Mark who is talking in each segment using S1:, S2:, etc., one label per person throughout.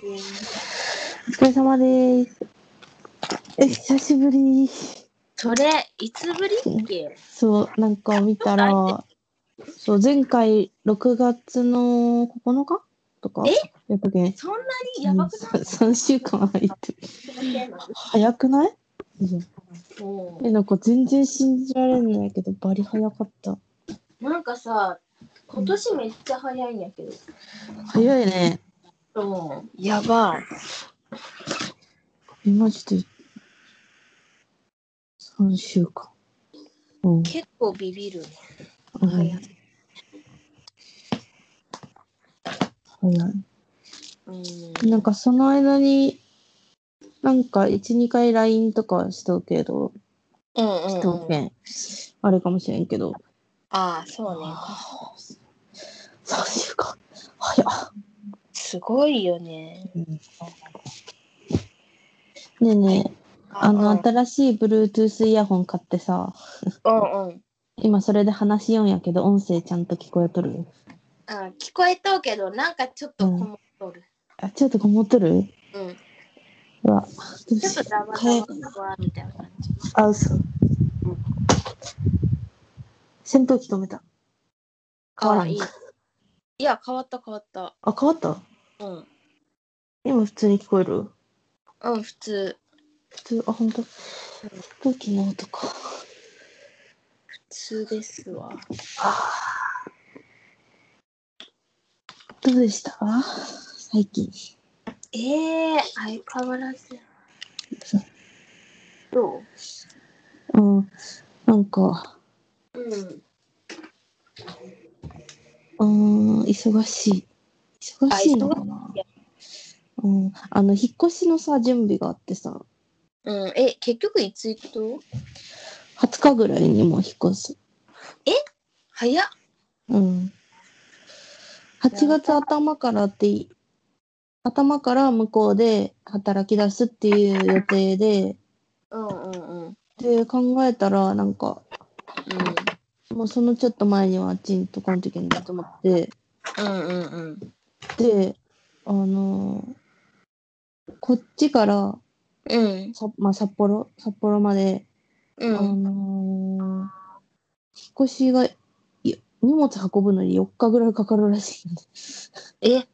S1: お疲れ様です。え、久しぶり。
S2: それ、いつぶりっけ
S1: そう、なんか見た ら、そう、前回6月の9日とか
S2: え
S1: やったっけ
S2: そんなにやばくない
S1: ?3 週間入ってる。早くない
S2: も
S1: え、なんか全然信じられないけど、バリ早かった。
S2: うなんかさ、今年めっちゃ早いんやけど。
S1: 早いね。
S2: そう。
S3: やばい。
S1: え、マジで。3週間。うん。
S3: 結構ビビるね。
S1: うん
S3: 早い
S1: 早い。
S2: うん。
S1: なんかその間に、なんか1、2回 LINE とかしとうけど、
S3: うんうん
S1: し
S3: うん、
S1: とけん。あれかもしれんけど。
S3: ああ、そうね。
S1: 3週間。早っ。
S3: すごいよね。
S1: ねえねえ、あの、
S3: うん
S1: 新しい Bluetooth イヤホン買ってさ、
S3: うんうん。
S1: 今それで話しようんやけど、音声ちゃんと聞こえとる。
S2: あ聞こえとうけど、なんかちょっとこもっとる。
S1: あ、ちょっとこもっとる
S2: うん。
S1: うわ、どう
S2: ちょっ
S1: し
S2: と
S1: よ
S2: ダバダバダバみたいな感じ。
S1: う。あ、嘘。扇風機止めた。変わら
S3: あ
S1: ん
S3: いい。いや、変わった変わった。
S1: あ、変わった
S3: うん。
S1: 今普通に聞こえる
S3: うん、普通。
S1: 普通、あ、本当。空気の音か。
S3: 普通ですわ。
S1: どうでした最近。
S2: ええー、相変わらず。どう
S1: うん。なんか、
S2: うん。
S1: うーん、忙しい。忙しいのかな
S3: あ忙しい
S1: うん。あの、引っ越しのさ、準備があってさ、
S3: うん。え、結局いつ行くと
S1: 20日ぐらいにもう引っ越す。
S3: 早っ。
S1: うん。8月頭からってい、頭から向こうで働き出すっていう予定で、
S3: うんうんうん。うん。
S1: で、考えたら、なんか、もうそのちょっと前にはあっちんとこの時にと思って、
S3: うんうんうん。
S1: で、あのーこっちから、
S3: うん。
S1: さまあ、札幌、札幌まで、
S3: う
S1: あ
S3: ん。
S1: のー引っ越しが、いや荷物運ぶのに4日ぐらいかかるらしいんで。
S3: え、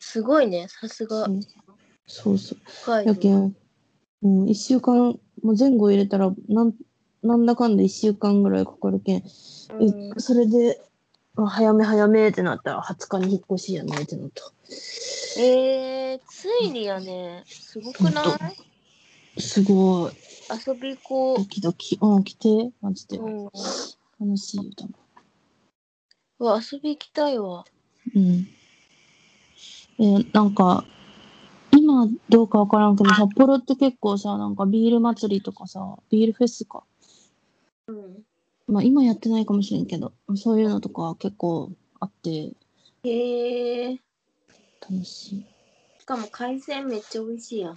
S3: すごいね。さすが。
S1: そうそう。
S3: 深い
S1: やけ
S3: ね。
S1: ん、うん、1週間、もう前後入れたら、なん、なんだかんだ1週間ぐらいかかるけん。
S3: うん
S1: えそれで、あ早め早めってなったら、20日に引っ越しやねってなった。
S3: えー、ついにやね。すごくない
S1: ほんすごい。
S3: 遊び行こ
S1: ドキドキ。うん、来て。マジで
S3: う。。うん。
S1: 楽しい歌も。
S3: うわ、遊び行きたいわ。
S1: うん。え、なんか、今どうかわからんけど、札幌って結構さ、なんかビール祭りとかさ、ビールフェスか。
S3: うん。
S1: まあ今やってないかもしれんけど、そういうのとか結構あって
S3: へえ。
S1: 楽しい。
S2: しかも海鮮めっちゃ美味しいやん。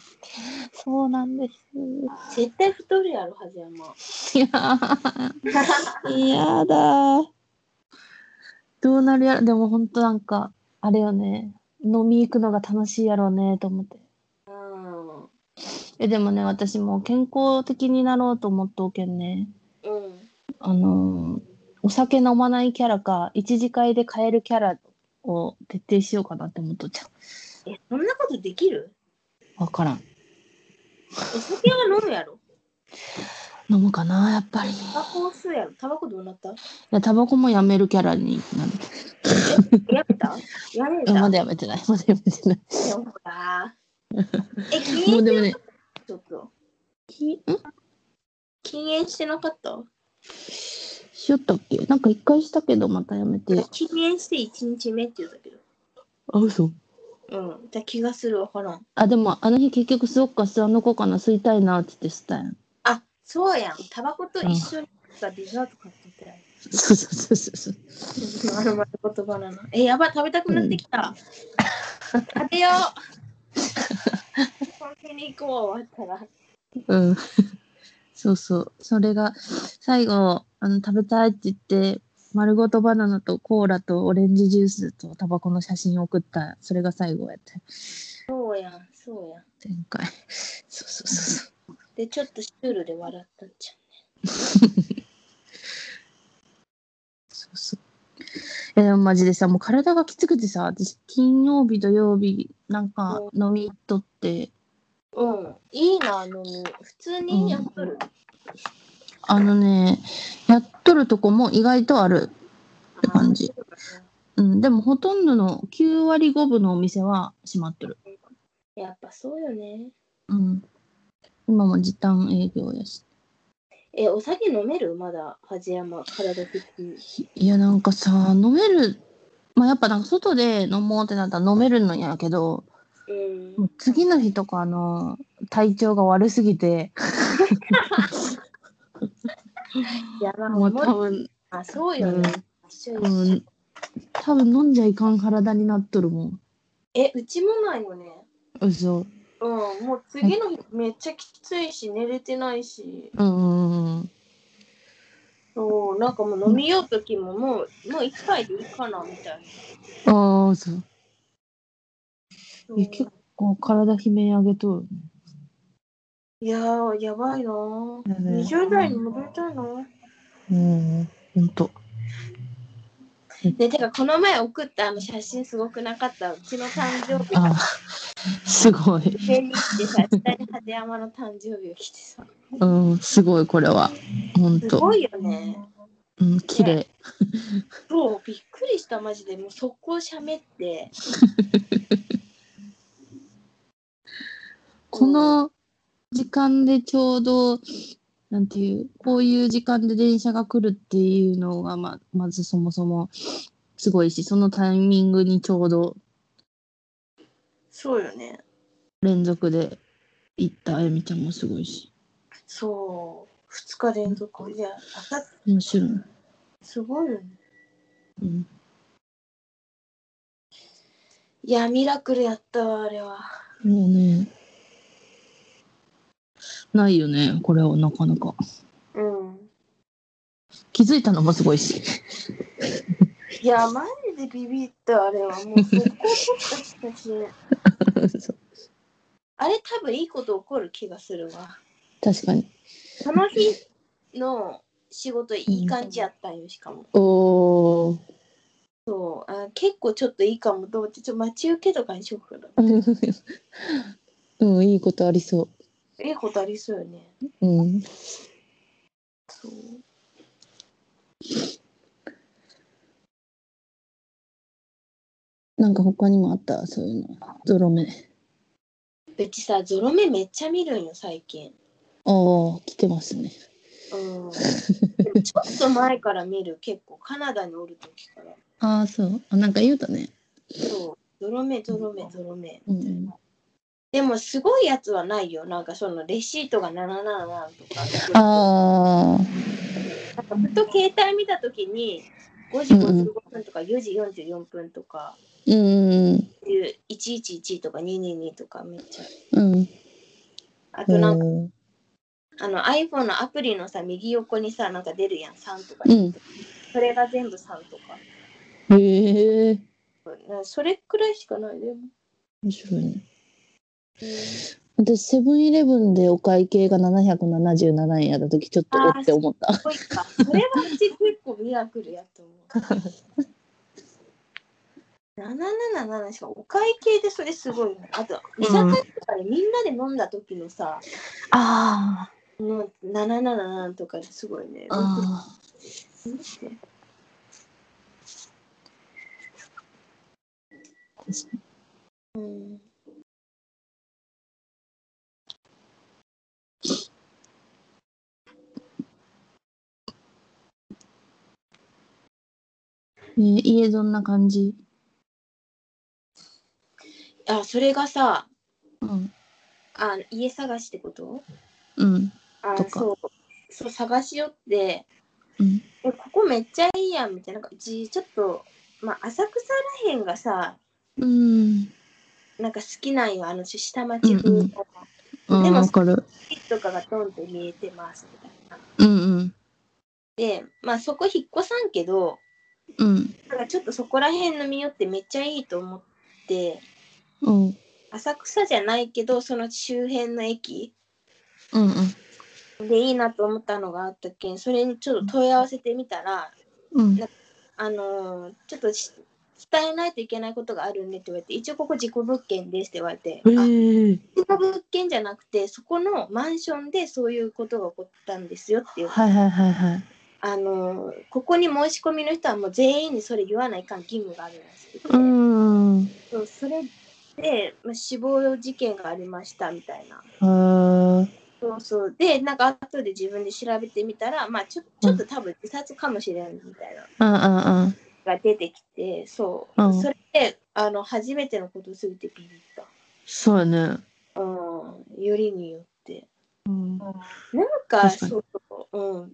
S1: そうなんです。
S2: 絶対太るやろ、はずやま。
S1: いやーやだー。どうなるやら、でもほんとなんか、あれよね、飲み行くのが楽しいやろうね、と思って。
S2: うん。
S1: え、でもね、私もう健康的になろうと思っとうけんね。
S2: うん。
S1: あのーお酒飲まないキャラか、一次会で買えるキャラを徹底しようかなって思っとっちゃ
S2: え、そんなことできる
S1: う。わからん。
S2: お酒は飲むやろ。
S1: 飲むかな、やっぱり。い
S2: タバコを吸うやろ。タバコどうなった
S1: や、タバコもやめるキャラになる。
S2: やめたやめ
S1: いや
S2: た。
S1: まだやめてない、まだやめてない。
S2: ほ ら。え、禁煙
S1: もう
S2: して
S1: でもね、
S2: ちょっと。
S1: きん
S2: 禁煙してなかった
S1: しよったっけなんか一回したけど、またやめて。
S2: 禁煙して1日目って言ったけ
S1: あ、嘘
S2: ど。うん。だ気がするわからん。
S1: あ、でも、あの日結局吸おっか吸わんのこうかな、吸いたいなって言って吸ったやん。
S2: あ、そうやん。タバコと一緒にさ、デザート買ってたやん。
S1: そうそうそうそう。
S2: あのまる言葉なの。え、やばい、食べたくなってきた。食べよ う。コンビニ行こう、終わったら。
S1: うん。 そうそう。それが、最後、あの、食べたいって言って、丸ごとバナナとコーラとオレンジジュースとタバコの写真を送った。それが最後やって、
S3: そうやん、そうやん。
S1: 前回。 そうそうそうそう。
S3: で、ちょっとシュールで笑ったんじ
S1: そうそう。いやでもマジでさ、もう体がきつくてさ、私金曜日、土曜日、なんか飲みとって、
S3: ゃん。うん。いいな、飲み。普通にやっとる。
S1: あのね、やっとるとこも意外とある。て感じ
S3: あー。そう
S1: うん、でもほとんどの9割5分のお店は閉まってる。
S3: だなやっぱそうよね。
S1: うん。今も時短営業やし。
S3: え、お酒飲めるまだ、梶山、体的に。
S1: いや、なんかさ、飲める、まあやっぱなんか外で飲もうってなったら飲めるのやけど、
S3: うん
S1: もう。次の日とかあの、体調が悪すぎて、
S3: いや、まあ、
S1: もう
S3: 思
S1: 多
S3: う
S1: 分、
S3: あ、そう
S1: う
S3: よ
S1: ん
S3: ね。、一緒
S1: う
S3: 一緒
S1: ん、多分飲んじゃいかん体になっとるもん。
S3: え、うちもないよね。
S1: 嘘。
S3: うん、もう次の日めっちゃきついし、寝れてないし、
S1: うんうんうん。
S3: そう、なんかもう飲みようときももう、もう一杯でいいかな、みたいな。
S1: ああ、そう。
S3: そう
S1: え結こう体悲鳴上げとるね。
S3: いやー、やばいなー。
S1: だね
S3: 20代に戻りたいなー。
S1: うん、ほんと。
S3: で、てか、この前送ったあの写真すごくなかった。うちの誕生日
S1: ああ、すごい。
S3: 上に来てさ、下に風山の誕生日を来てさ。
S1: うん、すごい、これは。ほん
S3: すご
S1: と。
S3: いよね。
S1: うん、綺麗。
S3: そう、びっくりした、マジで。もう速攻しゃべって。
S1: この時間でちょうど、なんていう、こういう時間で電車が来るっていうのが、ま、まずそもそもすごいし、そのタイミングにちょうど
S3: そうよね。
S1: 連続で行ったあゆみちゃんもすごいし。
S3: そう。二日連続。いや、あた
S1: 面白い。
S3: すごいよね。
S1: うん。
S3: いや、ミラクルやったわ、あれは。
S1: もうね、ないよね、これはなかなか。
S3: うん。
S1: 気づいたのもすごいし。
S3: いや、マジでビビった、あれは。もう速攻取ったし。あれ多分いいこと起こる気がするわ。
S1: 確かに。
S3: その日の仕事いい感じやったんよ、しかも。
S1: おー。
S3: そうあ結構ちょっといいかもと思って、ちょっと待ち受けとかにしようかな。
S1: うん、いいことありそ
S3: いいことありそうよね。
S1: う。うん。
S3: そう。
S1: なんか他にもあった、そういうの。ゾロ目。
S3: うちさ、ゾロ目めっちゃ見るんよ、最近。
S1: ああ、来てますね。
S3: うん。でもちょっと前から見る、結構。カナダにおる時から。
S1: ああ、そう。あなんか言うたね。
S3: そう。ゾロ目、ゾロ目、ゾロ目。
S1: うん。
S3: でも、すごいやつはないよ。なんか、その、レシートが777とか。
S1: ああ、
S3: なんかふと携帯見たときに5時55分とか4時44分とか
S1: うん。
S3: いう111とか222とかめっちゃ
S1: うん。
S3: あとなんか
S1: うん。
S3: あの iPhone のアプリのさ右横にさなんか出るやん3とか
S1: うん
S3: それが全部3とか
S1: へえ、
S3: なそれくらいしかないでも
S1: 面白いね。私、セブンイレブンでお会計が777円やったとき、ちょっとおって思った。
S3: すごいかそれはうち結構ミラクルやと思う777しかお会計でそれすごいねあと居酒屋とかでみんなで飲んだ時のさ、
S1: あ
S3: の777とかすごいね。
S1: あ
S3: うん、
S1: ー。ね家どんな感じ
S3: あそれがさ
S1: うん。
S3: あ家探しってこと
S1: うん。
S3: あ
S1: とか
S3: そうそう探しよって
S1: うん。
S3: えここめっちゃいいやんみたいななんかうちちょっと、まあ、浅草らへんがさ
S1: うん。
S3: なんか好きなんよあのち下町風の、
S1: うんうんうん
S3: でも
S1: わかる。
S3: とかがドンって見えてますみたいな。
S1: うんうん。
S3: で、まあそこ引っ越さんけど、
S1: うん。
S3: なんかちょっとそこら辺の見よってめっちゃいいと思って、
S1: うん。
S3: 浅草じゃないけど、その周辺の駅
S1: うんうん。
S3: でいいなと思ったのがあったけん、それにちょっと問い合わせてみたら、
S1: うん。
S3: あのーちょっとし伝えないといけないことがあるんでって言われて、一応ここ事故物件ですって言われて、あ
S1: ええ。
S3: 事故物件じゃなくて、そこのマンションでそういうことが起こったんですよっていう
S1: はいはいはいはい。
S3: あのここに申し込みの人はもう全員にそれ言わないかん義務があるんですけど、
S1: うん。へ
S3: そうそれで、まあ、死亡事件がありましたみたいな
S1: ー
S3: そうそうでなんか後で自分で調べてみたら、まあ、ちょちょっと多分自殺かもしれんみたいなの
S1: うんうんうん。
S3: が出てきてそう、
S1: うん
S3: それであの初めてのことすぎてビビっ
S1: そうやね。
S3: た、うん、よりによって
S1: うん。
S3: なんか
S1: 確かに
S3: そうそう、うん、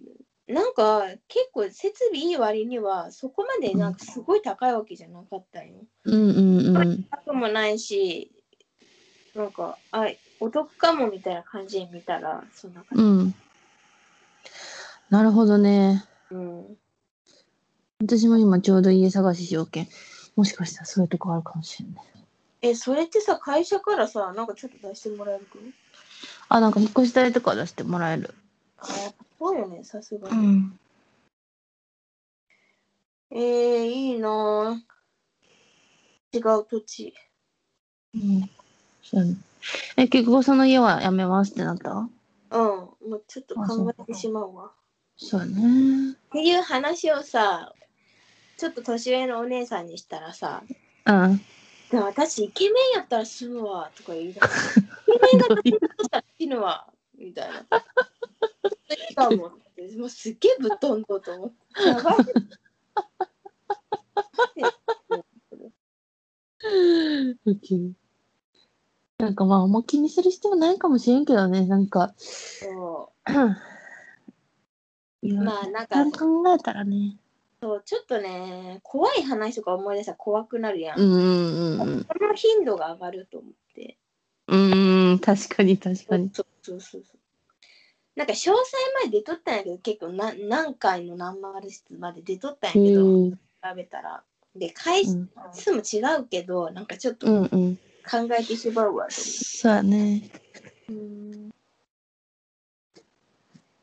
S3: なんか結構設備いい割にはそこまでなんかすごい高いわけじゃなかったよ、
S1: うんうんうん。
S3: 高くもないし、なんか、あお得かもみたいな感じで見たら、そんな感じ。
S1: うん。なるほどね。
S3: うん。
S1: 私も今ちょうど家探ししようけん。もしかしたらそういうとこあるかもしれない。
S3: え、それってさ、会社からさ、なんかちょっと出してもらえるか
S1: あ、なんか引っ越し代とか出してもらえる。
S3: あ、やっぱそうよね、さすがに。
S1: ん。
S3: えー、いいなぁ。違う土地。
S1: うん。そうやね。え、結局その家はやめますってなった
S3: うん、もうちょっと考えてしまうわ。っ
S1: そうやね。
S3: ていう話をさ、ちょっと年上のお姉さんにしたらさ、
S1: うん。
S3: でも私イケメンやったら住むわとか言い出す。イケメンが住むとしたら死ぬわみたい な。しかももうすっげえぶっ飛んどうと思って。やばい
S1: ウケるなんかまあ、あんま気にする必要ないかもしれんけどね、なんか。
S3: そ
S1: いや
S3: うまあなん
S1: 一旦
S3: か
S1: 考えたらね。
S3: そうちょっとね怖い話とか思い出したら怖くなるやん。
S1: うんうんうん。
S3: この頻度が上がると思って。
S1: うんうん、確かに確かに。
S3: そうそうそうそう。なんか詳細まで出とったんやけど結構な何回の何丸室まで出とったんや
S1: へ
S3: けど調
S1: ー
S3: べたら。で回
S1: う
S3: 数
S1: ん
S3: も違うけどなんかちょっと
S1: うんうん。
S3: 考えてしまうわと
S1: そうやね。
S3: 思う。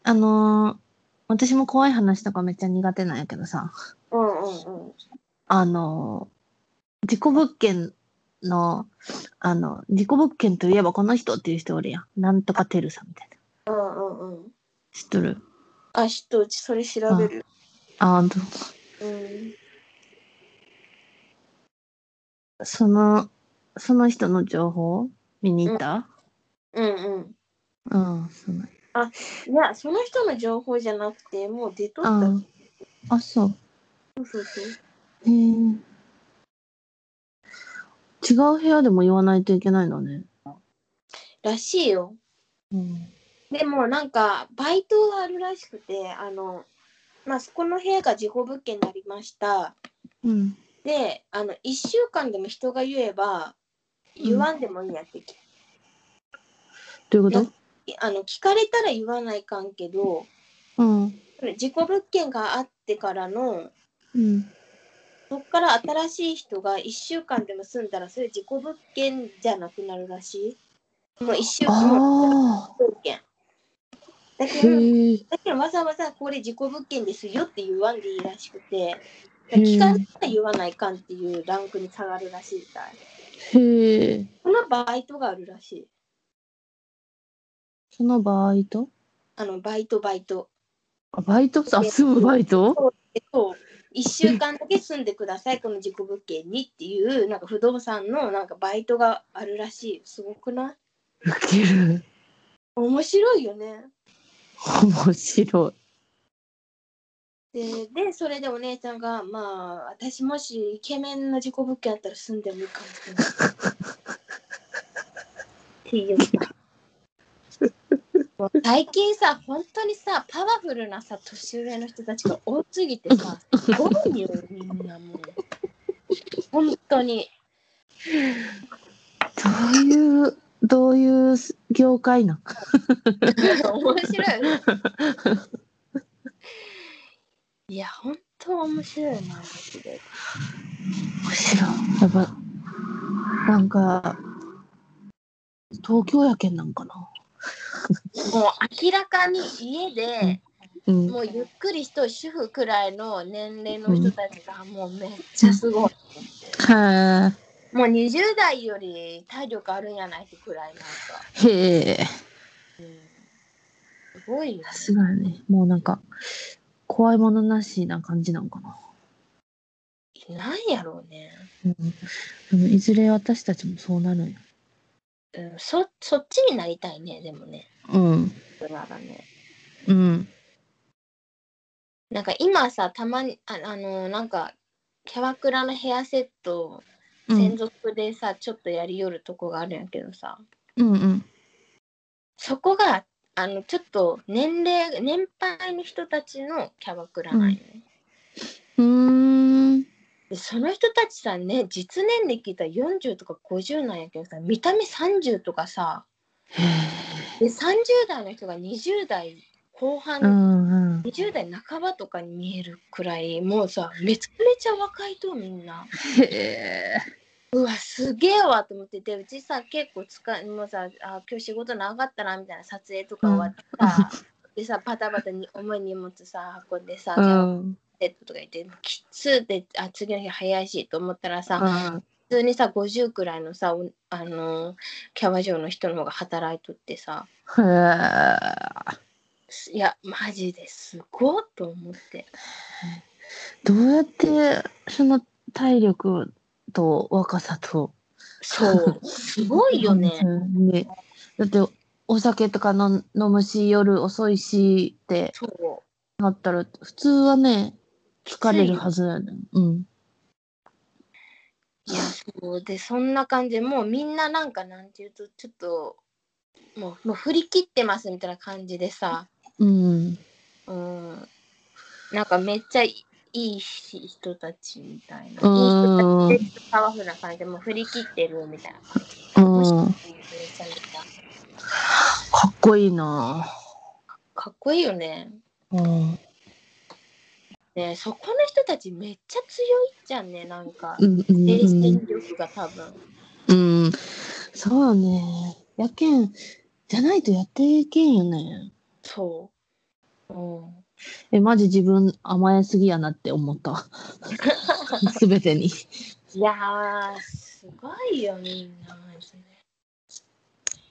S1: あのー私も怖い話とかめっちゃ苦手なんやけどさ、
S3: うんうんうん。
S1: あのー事故物件の、あの、事故物件といえばこの人っていう人おるやん。なんとかてるさんみたいな。
S3: うんうんうん。
S1: 知っとる
S3: あ、ちょっとうちそれ調べる。
S1: あー、ど
S3: うん。
S1: その、その人の情報見に行った、
S3: うんうん。
S1: うん、その
S3: いや、その人の情報じゃなくて、もう出とった。
S1: ああ、そう。
S3: そうそうそう。
S1: へえ。違う部屋でも言わないといけないのね。
S3: らしいよ。
S1: うん。
S3: でもなんか、バイトがあるらしくて、あの、まあ、そこの部屋が事故物件になりました。
S1: うん。
S3: で、あの、1週間でも人が言えば、言わんでもいいんやって、き
S1: どういうこ
S3: あの聞かれたら言わないかんけど、
S1: とうん。
S3: 事故物件があってからの、
S1: うん。
S3: そこから新しい人が1週間でも住んだらそれ自己物件じゃなくなるらしい。もう1週間も
S1: ああ。
S3: 物件。だけど、
S1: へえ。
S3: だけどわざわざこれ自己物件ですよって言わんでいいらしくて、期間ら言わないかんっていうランクに下がるらしいから。
S1: へえ。
S3: このバイトがあるらしい。
S1: そのバイト
S3: あの、バイトバイト。
S1: あ、バイトあ、すぐバイト
S3: えっと、1週間だけ住んでください、この自己物件にっていう、なんか不動産のなんかバイトがあるらしい。すごくない
S1: ウケる。
S3: 面白いよね。
S1: 面白い。
S3: ででそれでお姉ちゃんが「まあ私もしイケメンの事故物件あったら住んでもいいかもしれない」って言った。もう最近さ本当にさパワフルなさ年上の人たちが多すぎてさ多いよみんなもう本当に
S1: どういうどういう業界なん
S3: 面白いね。いや、本当面白いな、マジで。
S1: 面白い。やっぱ、なんか、東京やけんなんかな。
S3: もう明らかに家で、
S1: うん。
S3: もうゆっくりしとる主婦くらいの年齢の人たちが、もうめっちゃすご
S1: は
S3: い。
S1: あ
S3: もう20代より体力あるんやないってくらいなんか、
S1: へえ。
S3: すごいよね
S1: さすがやね。もうなんか、怖いものなしな感じなんかな。
S3: なんやろうね。
S1: うん、でもいずれ私たちもそうなるんや。
S3: うん、そそっちになりたいね、でもね。
S1: うん。
S3: それならね。
S1: うん。
S3: なんか今さ、たまに、ああの、なんか、キャバクラのヘアセットを
S1: う
S3: 専
S1: ん。
S3: 属でさ、ちょっとやりよるとこがあるんやけどさ、
S1: うんうん。
S3: そこが、あの、ちょっと年齢、年配の人たちのキャバクラなんよね。
S1: うーん。
S3: でその人たちさね実年齢聞いたら40とか50なんやけどさ見た目30とかさ
S1: へ
S3: で30代の人が20代後半、
S1: え。うんうん。
S3: 20代半ばとかに見えるくらいもうさめちゃめちゃ若いとみんな
S1: へえ。
S3: うわすげえわと思っててうちさ結構使いもうさあ今日仕事長かったなみたいな撮影とか終わってさ、でさパタパタに重い荷物さ運んでさ、
S1: う
S3: キャン
S1: ん。うん。
S3: セットとか言ってもうきつってあ次の日早いしと思ったらさ、
S1: あ
S3: 普通にさ50くらいのさおあのーキャバ嬢の人の方が働いとってさ
S1: へえ。
S3: すいやマジですごっと思って
S1: どうやって、その体力と若さと、
S3: そうすごいよね
S1: うんねだってお酒とかの飲むし夜遅いしって
S3: そう
S1: なったら普通はね疲れるはずやねんうん
S3: いやそうでそんな感じでもうみんななんかなんていうとちょっともうもう振り切ってますみたいな感じでさ
S1: うん
S3: うんなんかめっちゃいいい人たちみたいな、
S1: うん
S3: いい人たちでパワフルな感じでもう振り切ってるみたいな感
S1: う
S3: じ
S1: ん
S3: めちゃめちゃ
S1: かっこいいな
S3: かっこいいよね。
S1: うん
S3: ねそこの人たちめっちゃ強いじゃんねなんか
S1: うんうん
S3: 精
S1: う
S3: 神力が多分、
S1: ん、うん、そうねやけんじゃないとやっていけんよね
S3: そう、うん、
S1: えマジ自分甘えすぎやなって思った 全てに
S3: いやーすごいよみんなマジ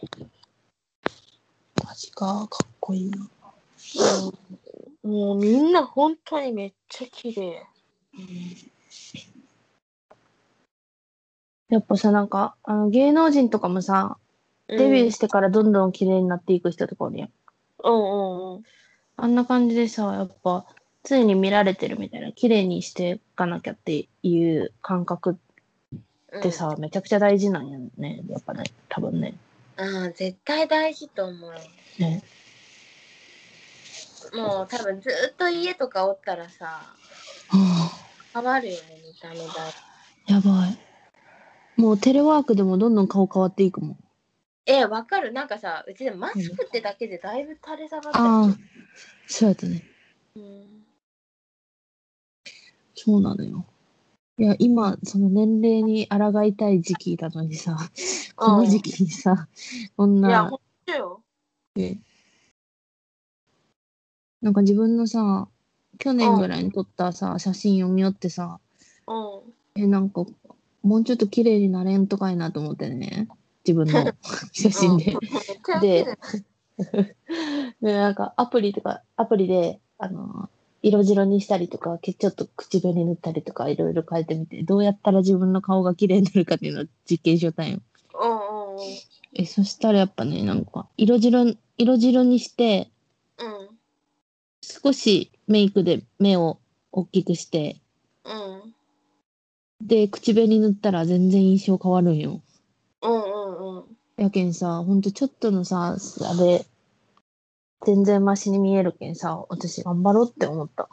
S3: で
S1: マジかかっこいいな
S3: もうみんな本当にめっちゃ綺麗
S1: やっぱさなんかあの芸能人とかもさデビューしてからどんどん綺麗になっていく人とかおるやん。
S3: うんうんうん
S1: あんな感じでさ、やっぱ、ついに見られてるみたいな、綺麗にしていかなきゃっていう感覚ってさ、めちゃくちゃ大事なんやね。やっぱね、多分ね。
S3: うん、うん、絶対大事と思う
S1: ね
S3: もう多分ずっと家とかおったらさ変わるよね見た目だ
S1: やばい。もうテレワークでもどんどん顔変わっていくもん。
S3: えわかるなんかさうちでもマスクってだけでだいぶ垂れ下がったり
S1: ああ、そうやったね。
S3: うん
S1: そうなのよ。いや、今、その年齢に抗いたい時期なのにさ、この時期にさ、こん
S3: いや
S1: な
S3: 本当よ
S1: でなんか自分のさ去年ぐらいに撮ったさ写真読み寄ってさ
S3: うん
S1: えなんかもうちょっと綺麗になれんとかいなと思ってね自分の写真で。で でなんかアプリとかアプリであの色白にしたりとかけちょっと口紅塗ったりとかいろいろ変えてみてどうやったら自分の顔が綺麗になるかっていうのを実験しようたんよ。
S3: うんうんうん
S1: えそしたらやっぱねなんか色白色白にして
S3: うん
S1: 少しメイクで目を大きくして
S3: うん
S1: で口紅塗ったら全然印象変わるんよ
S3: うんうん
S1: やけんさほんとちょっとのさあれ全然マシに見えるけんさ私頑張ろうって思った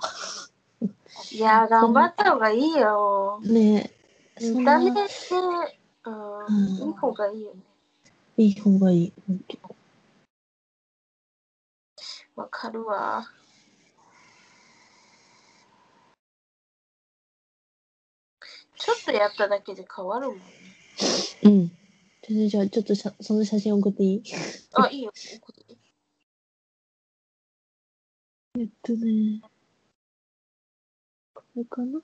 S3: いや頑張った方がいいよ
S1: ねえそん
S3: 見
S1: な
S3: た目って、う
S1: うん
S3: ん、いい方がいいよね
S1: いい方がいい。ほんと
S3: わかるわ。ちょっとやっただけで変わるもんね。
S1: うん。ちょじゃあ、ちょっとしゃその写真送っていい
S3: あ、いい よ。
S1: えっとね。これかな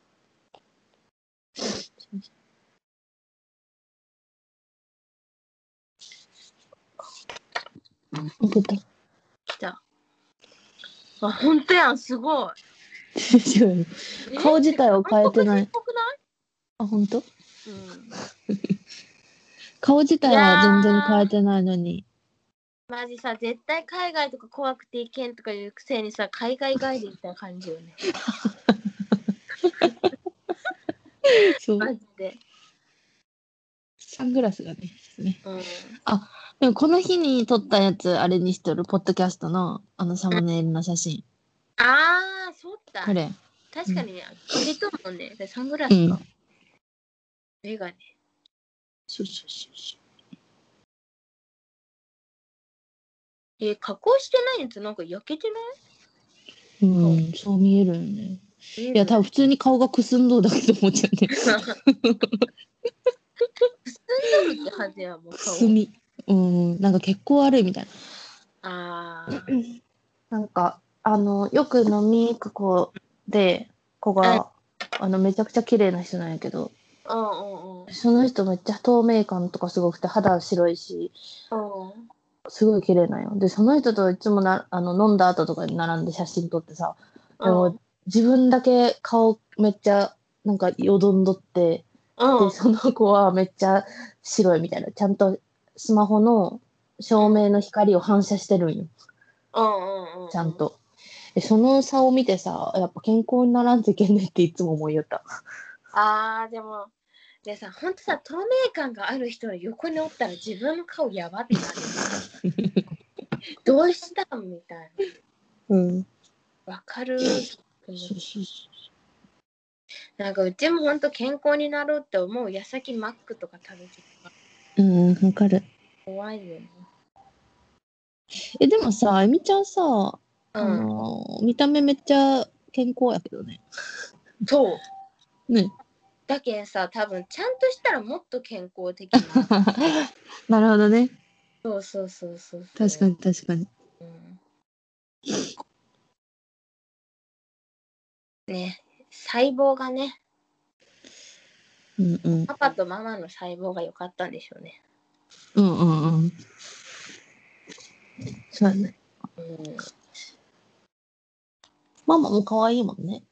S1: 送った。
S3: 来た。あ、本当やん、すご
S1: 違うよ
S3: い。
S1: 顔自体を変えてない
S3: 韓国人っぽくない
S1: あ、本当？
S3: うん。
S1: 顔自体は全然変えてないのに。
S3: マジさ、絶対海外とか怖くて行けんとかいうくせにさ、海外外で行った感じ よね。
S1: そう。
S3: マジで。
S1: サングラスがね。ね
S3: うん。
S1: でもこの日に撮ったやつ、あれにしとる、ポッドキャストのあのサムネイルの写真。
S3: あー、そうだ。
S1: これ。
S3: 確かにね、切れとるもんね。でサングラ
S1: う
S3: ス
S1: ん
S3: と。メガネ。
S1: そうそうそうそう。
S3: え、加工してないやつなんか焼けてない
S1: うん、そう見えるよね。い や、多分 普通に顔がくすんどうだけど思っちゃうね。
S3: 分。くすんどるってはずやもん、
S1: く
S3: 顔
S1: す。み。うん、なんか結構悪いみたい
S3: ああ。
S1: な。なんか、あの、よく飲み行く子で、子が、あの、めちゃくちゃ綺麗な人なんやけど、
S3: うんうんうん。
S1: その人めっちゃ透明感とかすごくて、肌白いし、
S3: うん
S1: すごい綺麗なんよ。で、その人といつもなあの飲んだ後とかに並んで写真撮ってさ、で
S3: うん
S1: も自分だけ顔めっちゃなんかよどんどって、
S3: うん
S1: で、その子はめっちゃ白いみたいな。ちゃんとスマホの照明の光を反射してるんよ。
S3: うんうん。
S1: ちゃん。と。でその差を見てさ、やっぱ健康にならんといけないっていつも思いよった。
S3: ああ、でも、でさ、ほんとさ、透明感がある人の横におったら自分の顔やばってなる。 どうしたんみたい
S1: うん。
S3: な。わかる。
S1: そうそうそ
S3: なんかうちもほんと健康になろうって思う矢先マックとか食べてた
S1: う。うん、わかる。
S3: 怖いよね。
S1: え、でもさ、えみちゃんさ、
S3: う
S1: あ
S3: ん。
S1: の見た目めっちゃ健康やけどね。
S3: そう。
S1: ね。
S3: だけんさ、多分ちゃんとしたらもっと健康的 な。
S1: なるほどね。
S3: そうそうそうそうそう。
S1: 確かに確かに。
S3: うんね細胞がね
S1: うんうん。
S3: パパとママの細胞が良かったんでしょうね。
S1: うんうんうん。そうやね。
S3: うん、
S1: ママも可愛いもんね。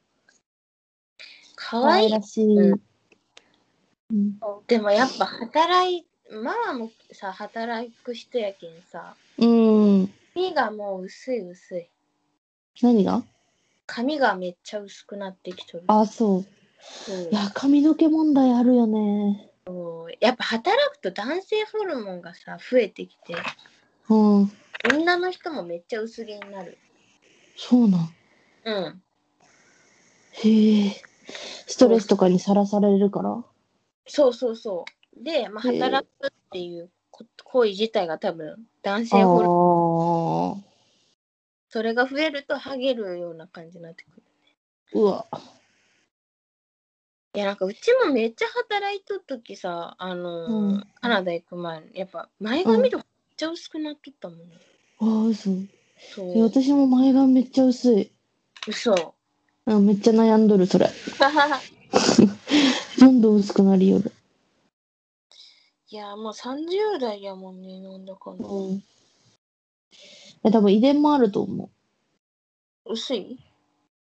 S3: 可愛い
S1: らしい。
S3: う
S1: うん。
S3: でもやっぱ働いママもさ働く人やけんさ
S1: うん。
S3: 髪がもう薄い薄い
S1: 何が
S3: 髪がめっちゃ薄くなってきとる。
S1: あ、そう。
S3: そう
S1: いや、髪の毛問題あるよね。
S3: やっぱ働くと男性ホルモンがさ増えてきて
S1: うん。
S3: 女の人もめっちゃ薄毛になる。
S1: そうなん。
S3: うん
S1: へえ。ストレスとかにさらされるから。
S3: そうそうそう。で、まあ、
S1: へえ
S3: 働くっていうこ行為自体が多分男
S1: あ
S3: 性ホルモン
S1: あ。
S3: それが増えるとハゲるような感じになってくる。
S1: うわ。
S3: いやなんかうちもめっちゃ働いとった時さあのー、
S1: うん
S3: カナダ行く前やっぱ前髪とかめっちゃ薄くなっとったもんね。
S1: ああ、嘘。え
S3: そう
S1: 私も前髪めっちゃ薄い。
S3: 嘘
S1: うんめっちゃ悩んどる、それ。どんどん薄くなりよる。
S3: いやもう30代やもんねなんだかんだ
S1: ん。え、多分遺伝もあると思う。
S3: 薄い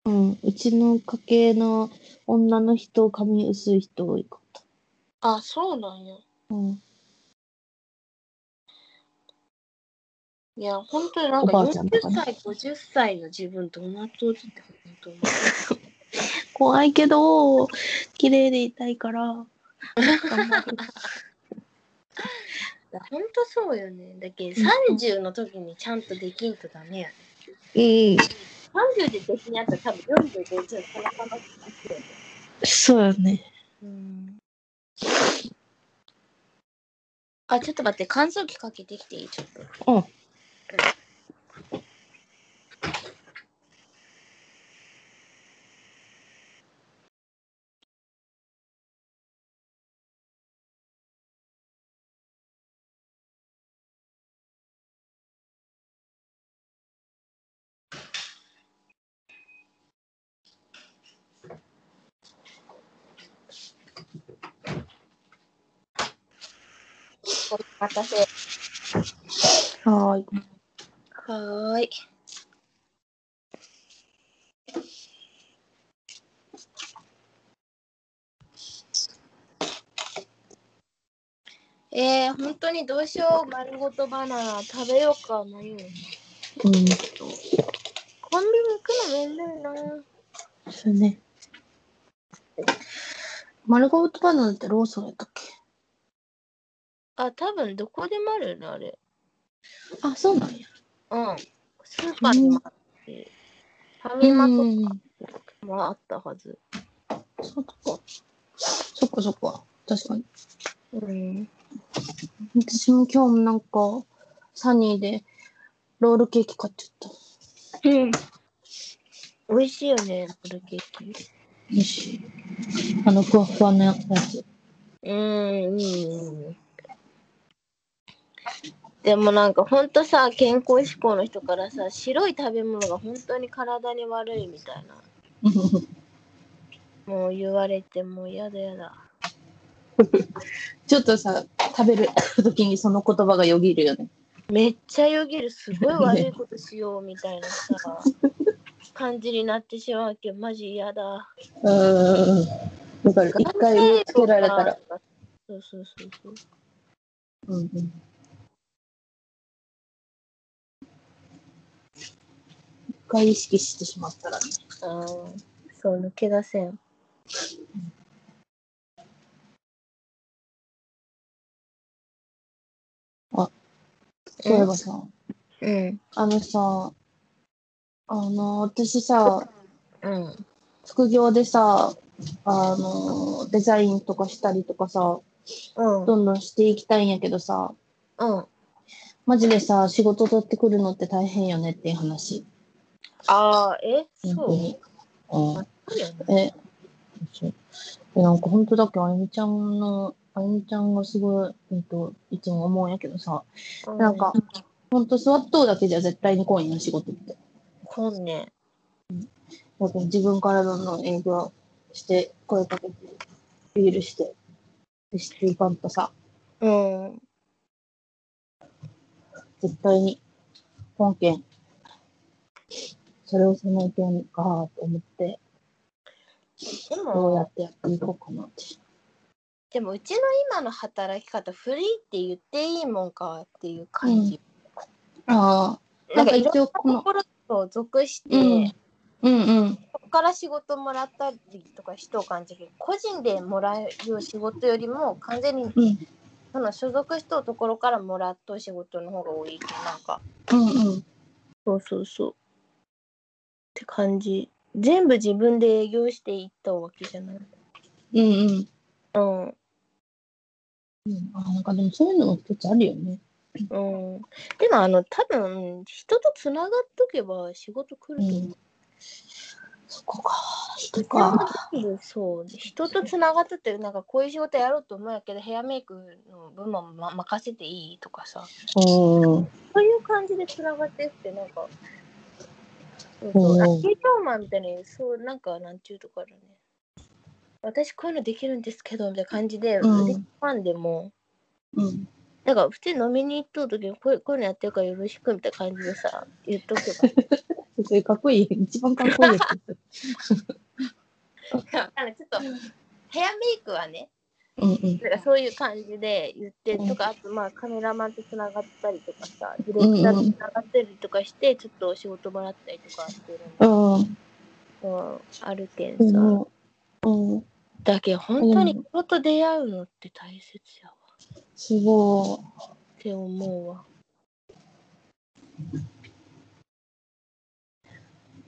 S1: うん、うちの家系の女の人、髪薄い人多いか
S3: あそうなんや。
S1: ら。うん、
S3: いや本当になんか
S1: おばあちゃんと
S3: 40
S1: かね
S3: 歳50歳の自分どうなっとるって本当に。
S1: 怖いけど、綺麗でいたいから。頑張る
S3: ほんとそうよね。だけど
S1: うん
S3: 30の時にちゃんとできんとダメやね。
S1: うん、
S3: 30でできんやったら多分45じゃなかなかないよね。
S1: そうよね。
S3: うん。あ、ちょっと待って、乾燥機かけてきていいちょっと。
S1: あ
S3: お待たせ。
S2: はーい。
S3: はーい。えー、本当にどうしよう、丸ごとバナナ食べようか迷
S1: う
S3: う。
S1: ん
S3: コンビニ行くのめんどいな。
S1: そうね丸ごとバナナってローソンやったっけ
S3: あ、多分どこでもあるよね、あれ。
S1: あそうなんや
S3: うん。スーパーにもあるし、ファミマと
S1: うん
S3: かもあったはず。
S1: そっかそっかそっか確かに
S3: うん。
S1: 私も今日もなんかサニーでロールケーキ買っちゃった
S3: うん。美味しいよね、プルケーキ。
S1: よしあのふわふわのやつ
S3: うーんうんでもなんかほんとさ健康志向の人からさ白い食べ物が本当に体に悪いみたいなもう言われてもうやだやだ
S1: ちょっとさ食べる 時にその言葉がよぎるよね
S3: めっちゃよぎるすごい悪いことしようみたいなさ感じになってしまうわけマジ嫌だ
S1: うんだから一回見つけられたら
S3: そうそうそうそう
S1: うんうん一回意識してしまったらね
S3: あーそう抜け出せん
S1: あ
S3: うん
S1: そういえばさ、
S3: うん
S1: あのさ、あの、私さ、
S3: うん
S1: 副業でさ、あの、デザインとかしたりとかさ、
S3: うん
S1: どんどんしていきたいんやけどさ、
S3: うん
S1: マジでさ、仕事取ってくるのって大変よねっていう話。
S3: ああ、え、
S1: 本
S3: そう
S1: 当。に。うん
S3: そうよ
S1: え、
S3: ね
S1: そうえなんか本当だっけ、あゆみちゃんの、あゆみちゃんがすごい、えっと、いつも思うんやけどさ、なんか、本当座っとうだけじゃ絶対に来いやん、仕事って。
S3: 本ね。
S1: だから自分からどんどん営業して、声かけて、ビールして、していかんとさ、
S3: うん。
S1: 絶対に本件、それをせないけんかと思って、
S3: で
S1: どうや
S3: も、
S1: ってやっていこうかなって。
S3: でもうちの今の働き方、フリーって言っていいもんかっていう感じ。
S1: ああ、
S3: な
S1: なんん
S3: か
S1: か
S3: いろん
S1: 一応こ
S3: なと
S1: の、
S3: ころと属して、
S1: うんうんうん。
S3: そこから仕事もらったりとか人を感じるけど、個人でもらえる仕事よりも、完全に
S1: うん
S3: その所属したところからもらっとう仕事の方が多いけど、なんか。
S1: うんうん。
S3: そうそうそう。って感じ。全部自分で営業していったわけじゃない。
S1: うんうん。
S3: うん。
S1: うん、あなんかでもそういうのも一つあるよね。
S3: うん、でもあの多分人とつながっとけば仕事来ると思う。
S1: そこか、人
S3: う
S1: か。
S3: そう人とつながっとってなんかこういう仕事やろうと思うんやけどヘアメイクの部門、ま、任せていいとかさ
S1: うん。
S3: そういう感じでつながってってなんかそうそうあ
S1: うん
S3: 営業マンみたいにそうなんかなんていうとこあるね私こういうのできるんですけどみたいな感じで、
S1: うん
S3: 腕ファンでも。
S1: うん。
S3: だから普通に飲みに行っとう時にこういうこういうのやってるからよろしくみたいな感じでさ言っとけ ば
S1: それかっこいい。一番かっこいいやつ。
S3: だからちょっとヘアメイクはね
S1: うんうん。
S3: なんかそういう感じで言ってとかあとまあカメラマンとつながったりとかさディレクターとつながったりとかしてちょっとお仕事もらったりとかっていうの
S1: うん。
S3: もあるけん
S1: で
S3: さ
S1: も、うん、
S3: だけど本当に人と出会うのって大切やわ
S1: すご
S3: って思うわ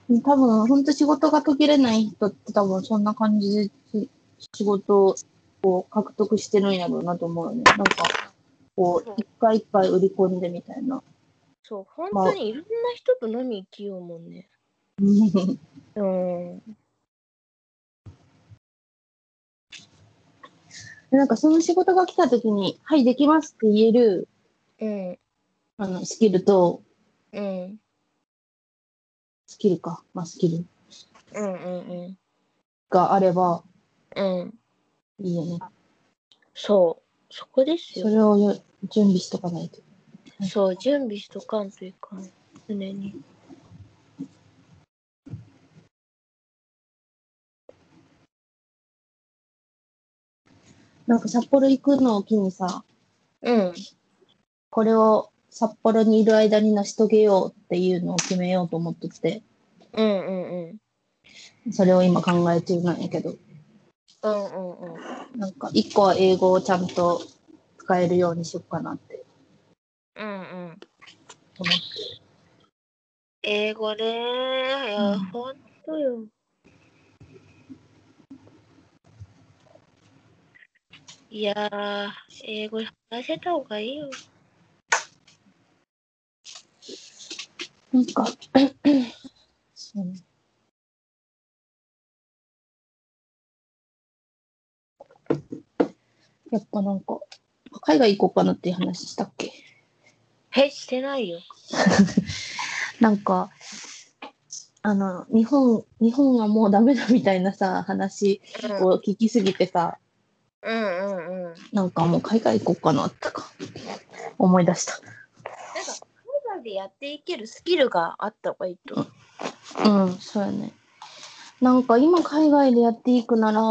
S1: い。多分、本当仕事が途切れない人って多分そんな感じでし仕事を獲得してるんやろうなと思うよね。なんか、ここ
S3: そ
S1: う
S3: う
S1: 一回一回売り込んでみたいな。
S3: そう、本当にいろんな人と飲み行きようもんね。うん。
S1: でなんかその仕事が来た時に「はいできます」って言える
S3: うん。
S1: あのスキルと
S3: うん。
S1: スキルか、まあ、スキル
S3: うんうん
S1: があれば
S3: うん。うん。
S1: いいよね。
S3: そう。そこです
S1: そ
S3: よ。
S1: れをよ準備しとかないと。
S3: そう、準備しとかんといかん。常に。
S1: なんか札幌行くのを機にさ
S3: うん。
S1: これを札幌にいる間に成し遂げようっていうのを決めようと思ってて
S3: うんうんうん。
S1: それを今考え中なんやけど
S3: うんうんうん。
S1: なんか一個は英語をちゃんと使えるようにしよっかなって
S3: うんうん。
S1: 思って。
S3: 英語ねー。いや、ほんとよ。いやー、英語話せた方がいいよ。
S1: なんか、そうねやっぱなんか、海外行こうかなっていう話したっけ
S3: え、してないよ。
S1: なんか、あの、日本、日本はもうダメだみたいなさ、話
S3: うん
S1: を聞きすぎてさ、
S3: うんうんうん。
S1: なんかもう海外行こうかなとか、思い出した。
S3: なんか海外でやっていけるスキルがあった方がいいと思う。
S1: うん、そうやね。なんか今海外でやっていくなら、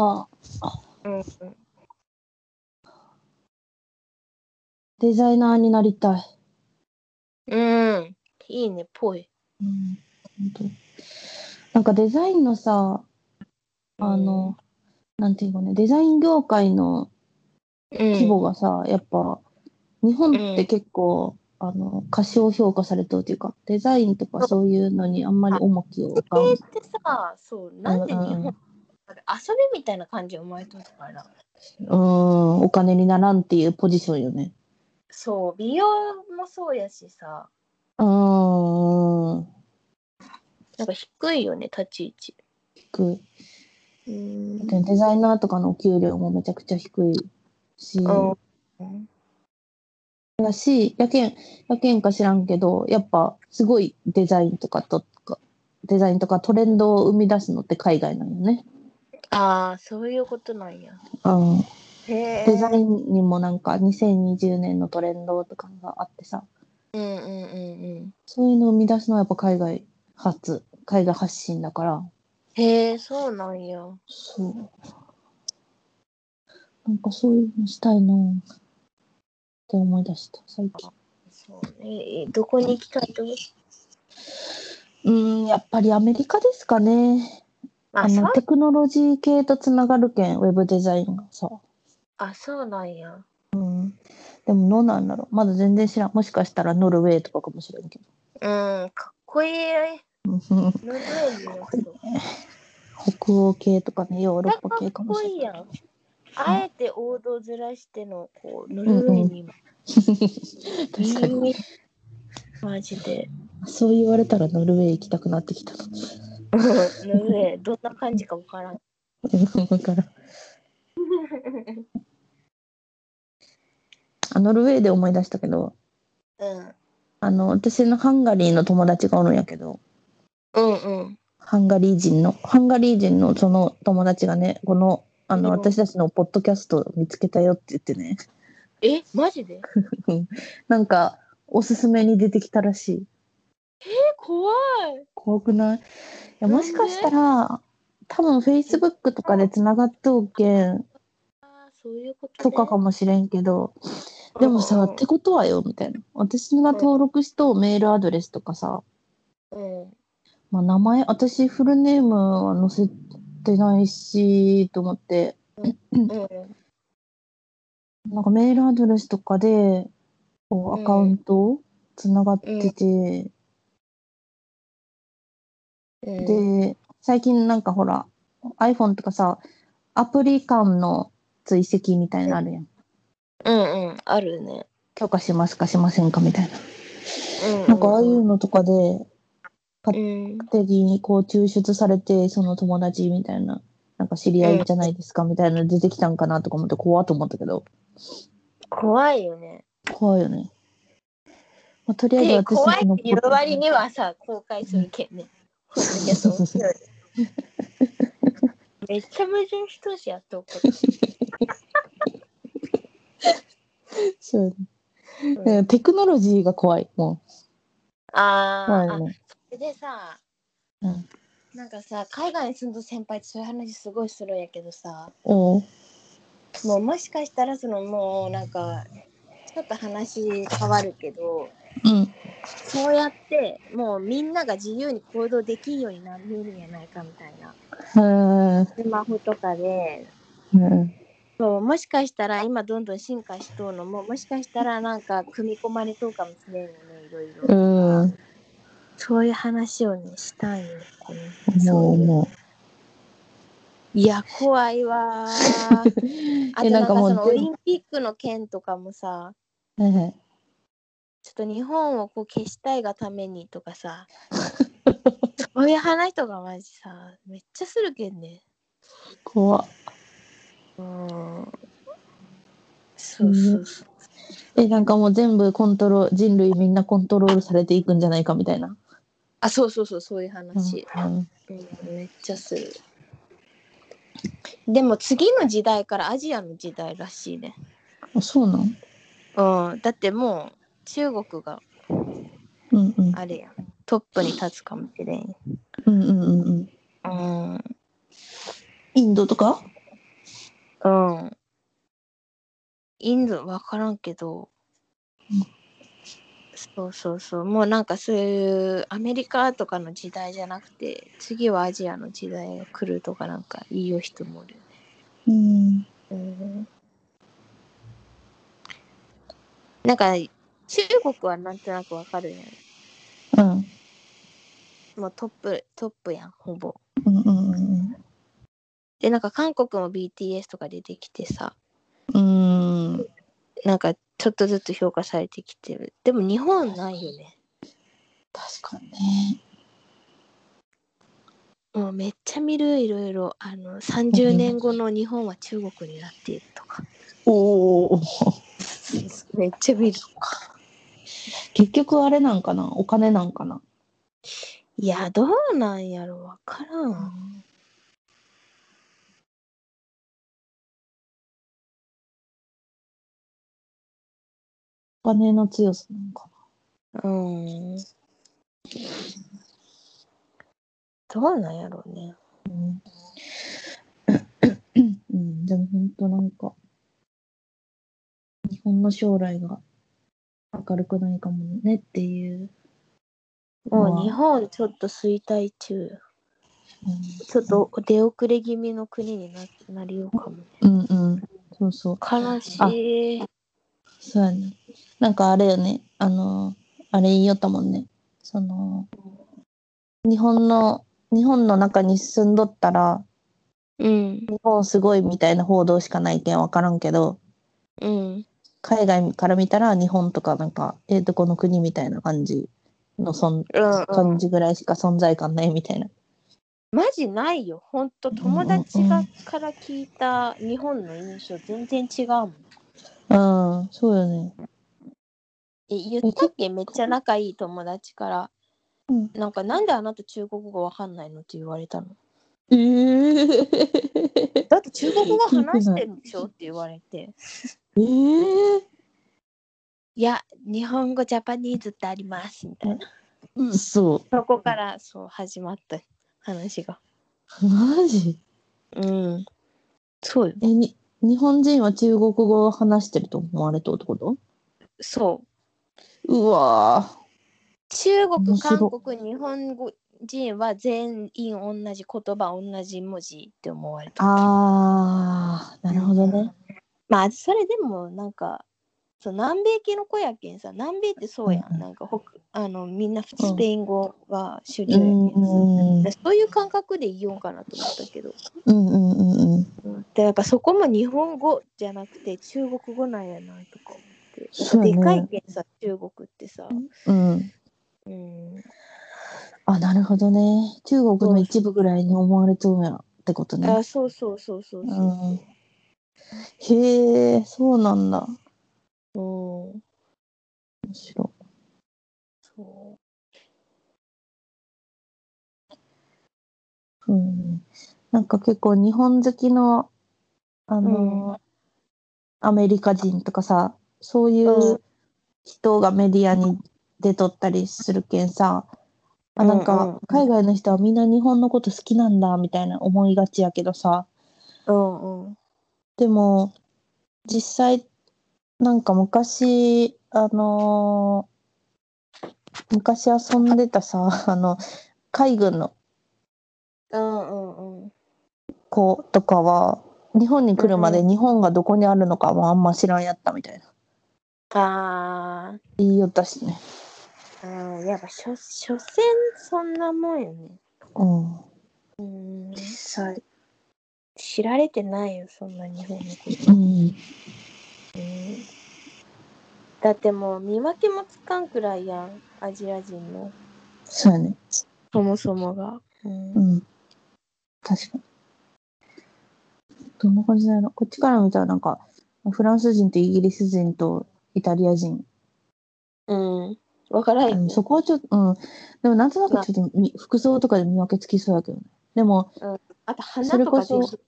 S3: うんうん、
S1: デザイナーになりたい。
S3: うん、いいね、ぽい。
S1: うん、本当なんかデザインのさあの、なんていうかねデザイン業界の
S3: うん、
S1: 規模がさ、やっぱ日本って結構、あの過小評価されてるというかデザインとかそういうのにあんまり重きを置かん
S3: 家庭ってさ、そう、なんで日
S1: うんうん
S3: 本、
S1: うん
S3: 遊びみたいな感じ生まれとるから。
S1: うんお金にならんっていうポジションよね。
S3: そう、美容もそうやしさ、
S1: うん
S3: なんか低いよね、立ち位置。
S1: 低い
S3: うん
S1: でデザイナーとかのお給料もめちゃくちゃ低いし、
S3: うん
S1: だし、やけん、やけんか知らんけど、やっぱすごいデザインとかとか、デザインとかトレンドを生み出すのって海外なんよね。
S3: ああ、そういうことなんや。
S1: うん。
S3: へえ。
S1: デザインにもなんか2020年のトレンドとかがあってさ、
S3: うんうんうんうん。
S1: そういうのを生み出すのはやっぱ海外発、海外発信だから。
S3: へえ、そうなんや。
S1: そう。なんかそういうのしたいなって思い出した、最近。
S3: そうね、どこに行きたいと思う
S1: うん、やっぱりアメリカですかね。
S3: あ
S1: あ
S3: そ
S1: の
S3: う
S1: テクノロジー系とつながるけんウェブデザインがさ
S3: あ、そうなんや。
S1: でもどうなんだろうまだ全然知らんもしかしたらノルウェーとかかもしれんけ
S3: うん、かっこいい。
S1: ど うん
S3: ノルウェージの人
S1: 北欧系とかねヨーロッ
S3: かっ
S1: パ系かも
S3: こ
S1: し
S3: いい
S1: れ
S3: や
S1: ない
S3: ん。あえて王道ずらしてのこうノルウェーにも。
S1: 確かに
S3: いいマジで。
S1: そう言われたらノルウェー行きたくなってきたな
S3: ノルウェー、どんな感じかわからん。
S1: だからあノルウェーで思い出したけど
S3: うん。
S1: あの私のハンガリーの友達がおるんやけど
S3: うんうん。
S1: ハンガリー人のハンガリー人のその友達がねこのあの
S3: うん
S1: 私たちのポッドキャストを見つけたよって言ってね
S3: え、マジでえ、
S1: なんかおすすめに出てきたらしい
S3: 怖い。
S1: 怖くないいやもしかしたら多分フェイスブックとかでつながっとうけん
S3: あーそういうこと、
S1: と
S3: ね。
S1: かかもしれんけどでもさってことはよみたいな私が登録しとうメールアドレスとかさ、
S3: うん。
S1: まあ、名前私フルネームは載せてないしと思って
S3: うん。
S1: なんかメールアドレスとかでこ
S3: う
S1: うんアカウントつながってて、
S3: うん。
S1: で最近なんかほら iPhone とかさアプリ間の追跡みたいなのあるやん
S3: うんうん。あるね。
S1: 許可しますかしませんかみたいな。
S3: うん
S1: なんかああいうのとかで、
S3: うん
S1: 勝手にこう抽出されて、その友達みたいな、なんか知り合いじゃないですかみたいなの出てきたんかなとか思って怖っと思ったけど、
S3: 怖いよね。
S1: 怖いよね。まあ、とりあえず
S3: で
S1: 私
S3: 怖い
S1: た
S3: っ
S1: ちの
S3: て言う割にはさ公開するけ んね。ポッドキャスト面白いめっちゃ矛盾しとしやっとくこと。
S1: そうよ
S3: うん
S1: ね、テクノロジーが怖い。もう、
S3: あ
S1: 怖い
S3: ーあ
S1: よね。
S3: でさ、
S1: うん
S3: なんかさ海外に住んどる先輩ってそういう話すごいするんやけどさ
S1: おう
S3: もうもしかしたらそのもうなんかちょっと話変わるけど
S1: うん。
S3: そうやってもうみんなが自由に行動できるようになるんやないかみたいな
S1: は
S3: スマホとかで
S1: うん。
S3: そうもしかしたら今どんどん進化しとうのももしかしたらなんか組み込まれとうかもしれんよねいろいろ、
S1: うん。
S3: そういう話をねしたいよこの
S1: もう、
S3: そう
S1: もう。
S3: いや怖いわー あと
S1: え
S3: なん
S1: な
S3: か
S1: んかもう
S3: そのオ
S1: 全部
S3: リンピックの件とかもさ
S1: はいはい。
S3: ちょっと日本をこう消したいがためにと かさそういう話とかマジさめっちゃするけんね
S1: 怖っ
S3: うんそうそうそう
S1: え、なんかもう全部コントロール、人類みんなコントロールされていくんじゃないかみたいな。
S3: あそうそうそうそういう
S1: うん
S3: 話、
S1: うん
S3: うん、めっちゃするでも次の時代からアジアの時代らしいね、
S1: あそうなん
S3: うん、だってもう中国が
S1: うんうん。
S3: あれやんトップに立つかもしれんよ
S1: うんうんうんうん。
S3: うん
S1: インドとか
S3: うん。インド分からんけど、
S1: うん
S3: そうそうそうもうなんかそういうアメリカとかの時代じゃなくて次はアジアの時代が来るとかなんか言いよう人もおるよ
S1: うん。
S3: ね、うん、なんか中国はなんとなく分かるやん
S1: うん。
S3: もうトップトップやんほぼ
S1: うんうんうん
S3: でなんか韓国も BTS とか出てきてさ、
S1: うん。うん。
S3: なんかちょっとずつ評価されてきてる。でも日本ないよね。
S1: 確かにね。
S3: もうめっちゃ見るいろいろあの30年後の日本は中国になっているとか
S1: おお。
S3: めっちゃ見る
S1: 結局あれなんかなお金なんかない
S3: やどうなんやろわからん
S1: お金の強さなんか
S3: うんどうなんやろうね
S1: な。うん。うん、でも本当なんか、日本の将来が明るくないかもねっていう。
S3: もう日本ちょっと衰退中ちょっと出遅れ気味の国にななりようかもね
S1: うんうん。そうそう。
S3: 悲しい
S1: そうやね。なんかあれよね、あの、あれ言いよったもんね。その、日本の、日本の中に住んどったら、
S3: うん
S1: 日本すごいみたいな報道しかないけんわからんけど、
S3: うん
S1: 海外から見たら日本とかなんか、ええとこの国みたいな感じのそん、
S3: うん
S1: 感じぐらいしか存在感ないみたいな。
S3: マジないよ。ほんと友達がから聞いた日本の印象全然違うもん。
S1: うん、そうよね。
S3: え言ったっけめっちゃ仲いい友達から。
S1: うん
S3: なんかなんであなた中国語わかんないのって言われたの。
S1: ええ
S3: だって中国語話してるでしょって言われて。
S1: ええ
S3: いや、日本語ジャパニーズってありますみたいな。
S1: ー、そ
S3: そこからそう始まった話が。
S1: う。マジ
S3: うん。そうよ。
S1: え、に、日本人は中国語を話してると思われたってこと
S3: そう。
S1: うわぁ。
S3: 中国、
S1: 面白
S3: 韓国、日本語人は全員同じ言葉、同じ文字って思われた。
S1: あー、なるほどね。
S3: まあ、それでも、なんか、そう南米系の子やけんさ、南米ってそうや。
S1: うんうんん
S3: なんか北、あのみんなスペイン語が主流
S1: う
S3: やけ
S1: ん
S3: んさ。
S1: うん
S3: でそういう感覚で言おうかなと思ったけど。
S1: うんうんうん。
S3: でやっぱそこも日本語じゃなくて中国語なんやなとか思って。
S1: そう
S3: で
S1: やね
S3: かいけんさ中国ってさ、
S1: うん。
S3: うん、
S1: あ、なるほどね。中国の一部ぐらいに思われとうやってことね。
S3: あそうそうそうそうそう
S1: うん。へえ、そうなんだ。面
S3: うん、
S1: 白
S3: そ
S1: い。うん。なんか結構日本好きの、あの、アメリカ人とかさ、そういうう人がメディアに出とったりするけんさ、あなん
S3: うんうんう
S1: か
S3: ん
S1: 海外の人はみんな日本のこと好きなんだみたいな思いがちやけどさ、
S3: ううんうん
S1: でも実際なんか昔あのー昔遊んでたさあの海軍の
S3: うんうんうん
S1: 子とかは日本に来るまで
S3: う
S1: 日本がどこにあるのかもあんま知らんやったみたいな
S3: あー
S1: 言いよったしね
S3: あーやっぱしょ所詮そんなもんよね
S1: うん
S3: うん実際知られてないよそんな日本のこと
S1: うん
S3: うんだってもう見分けもつかんくらいやんアジア人の
S1: そうやね
S3: そもそもが、うん
S1: うん確かにどんな感じなのこっちから見たらなんかフランス人とイギリス人とイタリア人
S3: うん、分からへ
S1: うんん、そこはちょっと、うん、でもなんとなくちょっとみ服装とかで見分けつきそうやけどね。で も、
S3: あと花
S1: それ
S3: と
S1: こ
S3: かで
S1: そ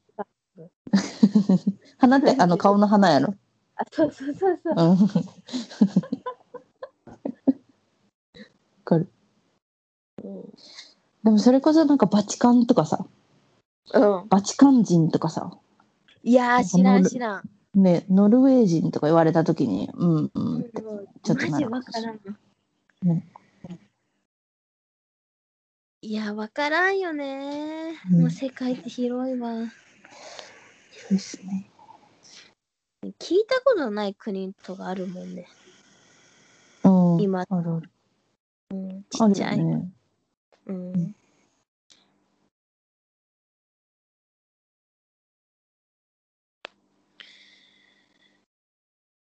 S1: 花 って、あの、顔の花やろ。
S3: あそうそうそうそう
S1: うん。わかる。でもそれこそなんかバチカンとかさ、
S3: うん、
S1: バチカン人とかさ、
S3: いやー知ら
S1: な
S3: ん
S1: んかノル
S3: 知らん
S1: ね、ノルウェー人とか言われたときに、うんう
S3: う
S1: ん
S3: ん
S1: って、ちょっと
S3: マ
S1: な
S3: ジ
S1: る
S3: 分
S1: か
S3: か
S1: もしれな
S3: ら
S1: い。
S3: ん
S1: うん
S3: いや分からんよね、
S1: うん
S3: もう世界って広いわ
S1: そうですね。
S3: 聞いたことない国とかあるもんね
S1: うん。
S3: 今
S1: あるある。
S3: うんち
S1: あ
S3: っ
S1: る
S3: ちゃい、
S1: よね。
S3: うん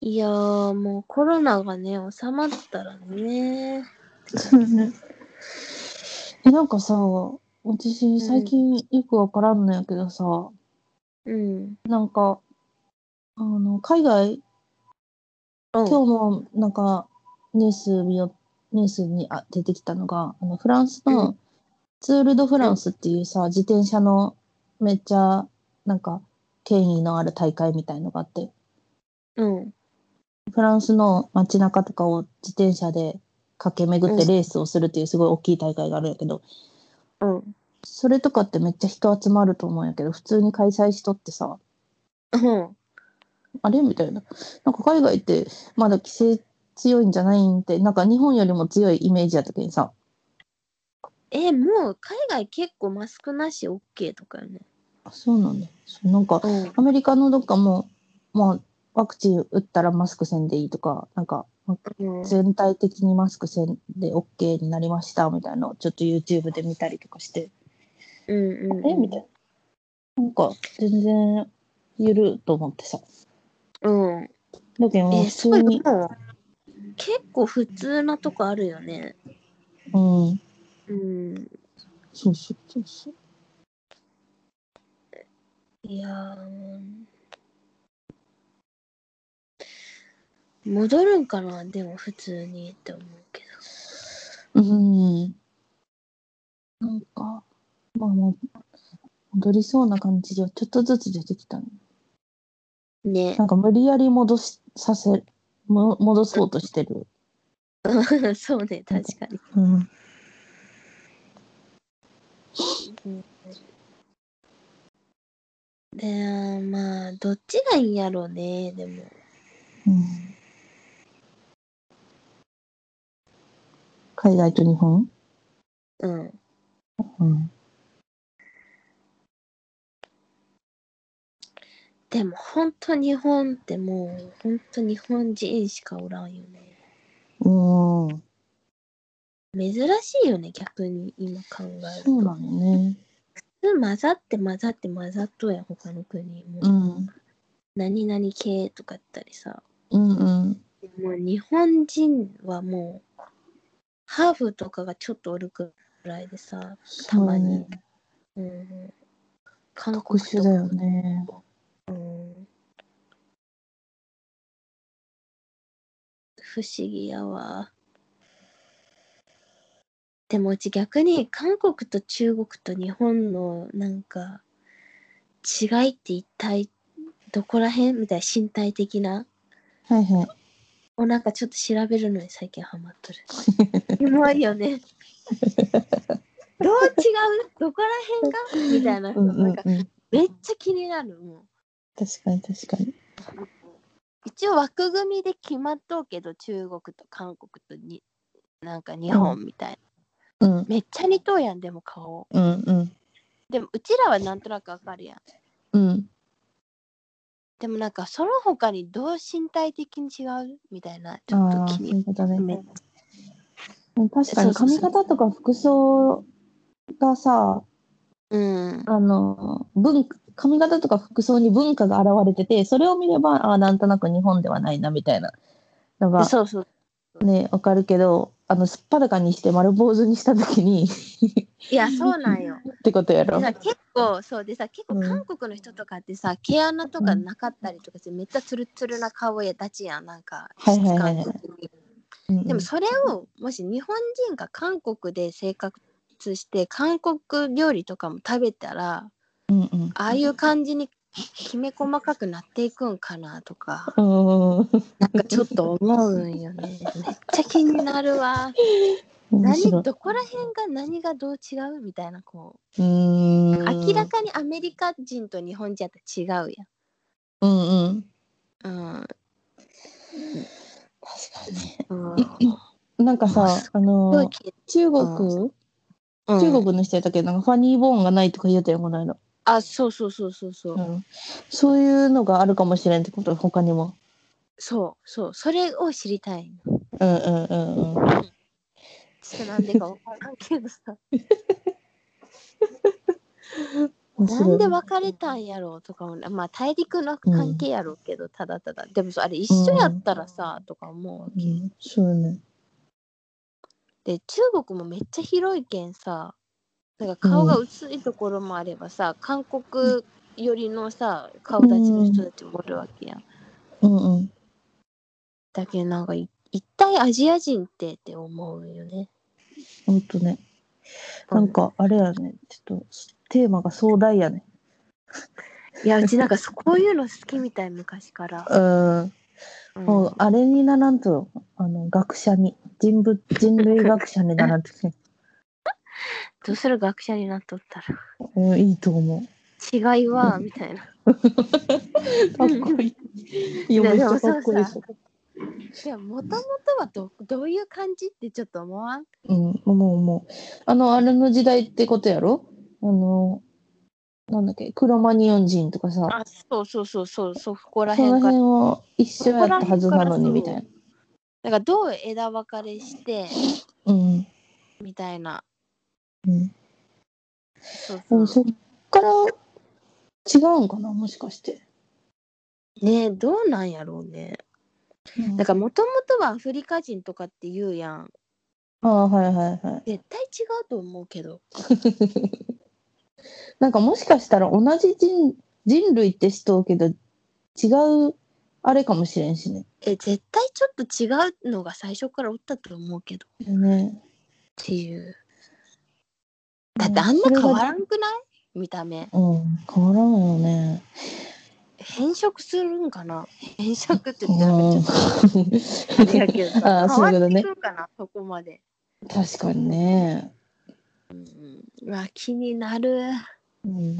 S3: いやーもうコロナがね収まったらね
S1: そうね。 え、なんかさ、私最近よくわからんのやけどさ、
S3: うん
S1: なんか、あの、海外、
S3: うん
S1: 今日もなんか、ニュース見よ、ニュースにあ出てきたのが、あの、フランス
S3: う
S1: のツール・ド・フランスっていうさ、自転車のめっちゃ、なんか、権威のある大会みたいのがあって、
S3: うん
S1: フランスの街中とかを自転車で駆け巡ってレースをするっていうすごい大きい大会があるんやけど、
S3: うん
S1: それとかってめっちゃ人集まると思うんやけど、普通に開催しとってさ、
S3: うん
S1: あれみたいな。なんか海外ってまだ規制強いんじゃないんって、なんか日本よりも強いイメージやったけにさ、
S3: えもう海外結構マスクなし OK とかよね
S1: あそうなんだ。そうなんか
S3: うん
S1: アメリカのどっかも、もうワクチン打ったらマスクせんでいいとか、なんか
S3: うん
S1: 全体的にマスクせんで OK になりましたみたいなのをちょっと YouTube で見たりとかして、
S3: うんうん
S1: あれみたいな。なんか全然ゆるっと思ってさ。
S3: うん
S1: だけどもう
S3: え
S1: 普
S3: そう
S1: 通
S3: よ
S1: に、
S3: もう結構普通なとこあるよね
S1: うん、
S3: うん
S1: そうそうそうそう。
S3: いやー戻るんかなでも普通にって思うけ
S1: うん。なんか、まあもう、戻りそうな感じがちょっとずつ出てきたね。
S3: どね
S1: なんか無理やり戻しさせ、も戻そうとしてる。
S3: そうね確かに
S1: うん。
S3: でまあどっちがいいんやろうねでも
S1: うん、海外と日本
S3: うん
S1: うん。
S3: でも本当日本ってもう本当日本人しかおらんよね
S1: うん。
S3: 珍しいよね逆に今考える
S1: そう
S3: と
S1: なのね。
S3: 普通混ざって混ざって混ざっとうやん他の国も、
S1: うん。
S3: 何々系とか言ったりさ
S1: うんうん。
S3: もう日本人はもうハーフとかがちょっとおるくらいでさたまに、うん、韓
S1: 特
S3: 国
S1: 殊
S3: と
S1: だよね。
S3: うん不思議やわでもうち逆に韓国と中国と日本のなんか違いって一体どこら辺みたいな身体的な
S1: はいはい。
S3: をなんかちょっと調べるのに最近ハマっ とるうまいよねどう違うどこら辺がみたいな,、
S1: うんう
S3: なん
S1: ん
S3: か
S1: うん。
S3: めっちゃ気になるもう
S1: 確かに確かに。
S3: 一応枠組みで決まっとうけど中国と韓国とになんか日本みたいな、
S1: うん
S3: めっちゃ似とうやんでも顔
S1: うんうん
S3: でもうちらはなんとなくわかるやん
S1: うん。
S3: でもなんかその他にどう身体的に違うみたいなちょっ
S1: ああ
S3: と
S1: ー
S3: 気
S1: そう
S3: に
S1: いうことね。
S3: めっ
S1: うん確か
S3: そう
S1: に
S3: そうそう
S1: 髪型とか服装がさ
S3: うん
S1: あの文髪型とか服装に文化が現れててそれを見ればあーなんとなく日本ではないなみたいなのが
S3: そうそう
S1: ねわかるけどあのすっぱらかにして丸坊主にした時 に
S3: いやそうなんよ
S1: ってことやろ
S3: で。さ結構そうでさ結構
S1: うん
S3: 韓国の人とかってさ、毛穴とかなかったりとかしてめっちゃツルツルな顔やたちやんなんか
S1: はいはいはいはい
S3: 質感的に
S1: うんうん
S3: でもそれをもし日本人が韓国で生活して韓国料理とかも食べたら
S1: うんうん
S3: ああいう感じにきめ細かくなっていくんかなとか
S1: うんうん
S3: なんかちょっと思うんよねめっちゃ気になるわ
S1: 面
S3: 何
S1: 白い。
S3: どこら辺が何がどう違うみたいなこ
S1: うーん
S3: う明らかにアメリカ人と日本人やったら違うやん
S1: うんうん
S3: うん
S1: 確かにね。
S3: うん
S1: なんかさあの
S3: すごい気
S1: 中国、
S3: うん
S1: 中国の人やったけどなんかファニーボーンがないとか言うたよこの間、
S3: あそうそうそうそうそう、
S1: うん、そういうのがあるかもしれんってこと他にも
S3: そうそうそれを知りたい
S1: うんうんうんうん
S3: ちょっとなんでかわからんけどさ
S1: 面白
S3: なん
S1: い
S3: で別れたんやろうとかもなまあ大陸の関係やろうけど、ただただでもそうあれ一緒やったらさ、とか思う
S1: うん、そうね
S3: で中国もめっちゃ広いけんさなんか顔が薄いところもあればさ、韓国寄りのさ顔立ちの人たちもおるわけやん、
S1: うんうん
S3: だけどなんかい一体アジア人ってって思うよね
S1: ほんとねなんかあれやねちょっとテーマが壮大やね
S3: いやうちなんかそこういうの好きみたい昔から、
S1: うん
S3: うん
S1: もうあれにならんとあの学者に人物人類学者にならんと、
S3: どうする学者になっとった
S1: うん、いいと思う
S3: ら違いはみたいな
S1: かっこいいいやめっちゃかっこいいし
S3: でももともとはどどういう感じってちょっと思わん
S1: うん、もうもう。あの、あれの時代ってことやろあの、なんだっけ、クロマニオン人とかさ、
S3: あそうそうそうそうそうここら
S1: その
S3: 辺から
S1: 辺は一緒やったはずなのに
S3: ここら辺
S1: み
S3: か
S1: たい
S3: ら
S1: な。
S3: なんかどう枝分かれして
S1: うん。
S3: みたいな
S1: うん、
S3: そう
S1: でも
S3: そ
S1: そっから違うんかな、もしかして。
S3: うねどうなんやろうね
S1: うん
S3: だからもともとはアフリカ人とかって言うやん
S1: ああ、はいはいはい。
S3: 絶対違うと思うけど
S1: なんかもしかしたら同じ人人類ってしとうけど、違うあれかもしれんしね。
S3: え絶対ちょっと違うのが最初からおったと思うけど
S1: ね
S3: っていうだってあんな変わらんくない見た目
S1: うん、変わらんよね。
S3: 変色するんかな変色って
S1: う
S3: 言ってなんかちょっと
S1: ん
S3: やけどさ
S1: あーそういうことね
S3: 変わってくるかなそこまで、
S1: 確かにね。
S3: うんうん、うわ気になる
S1: うん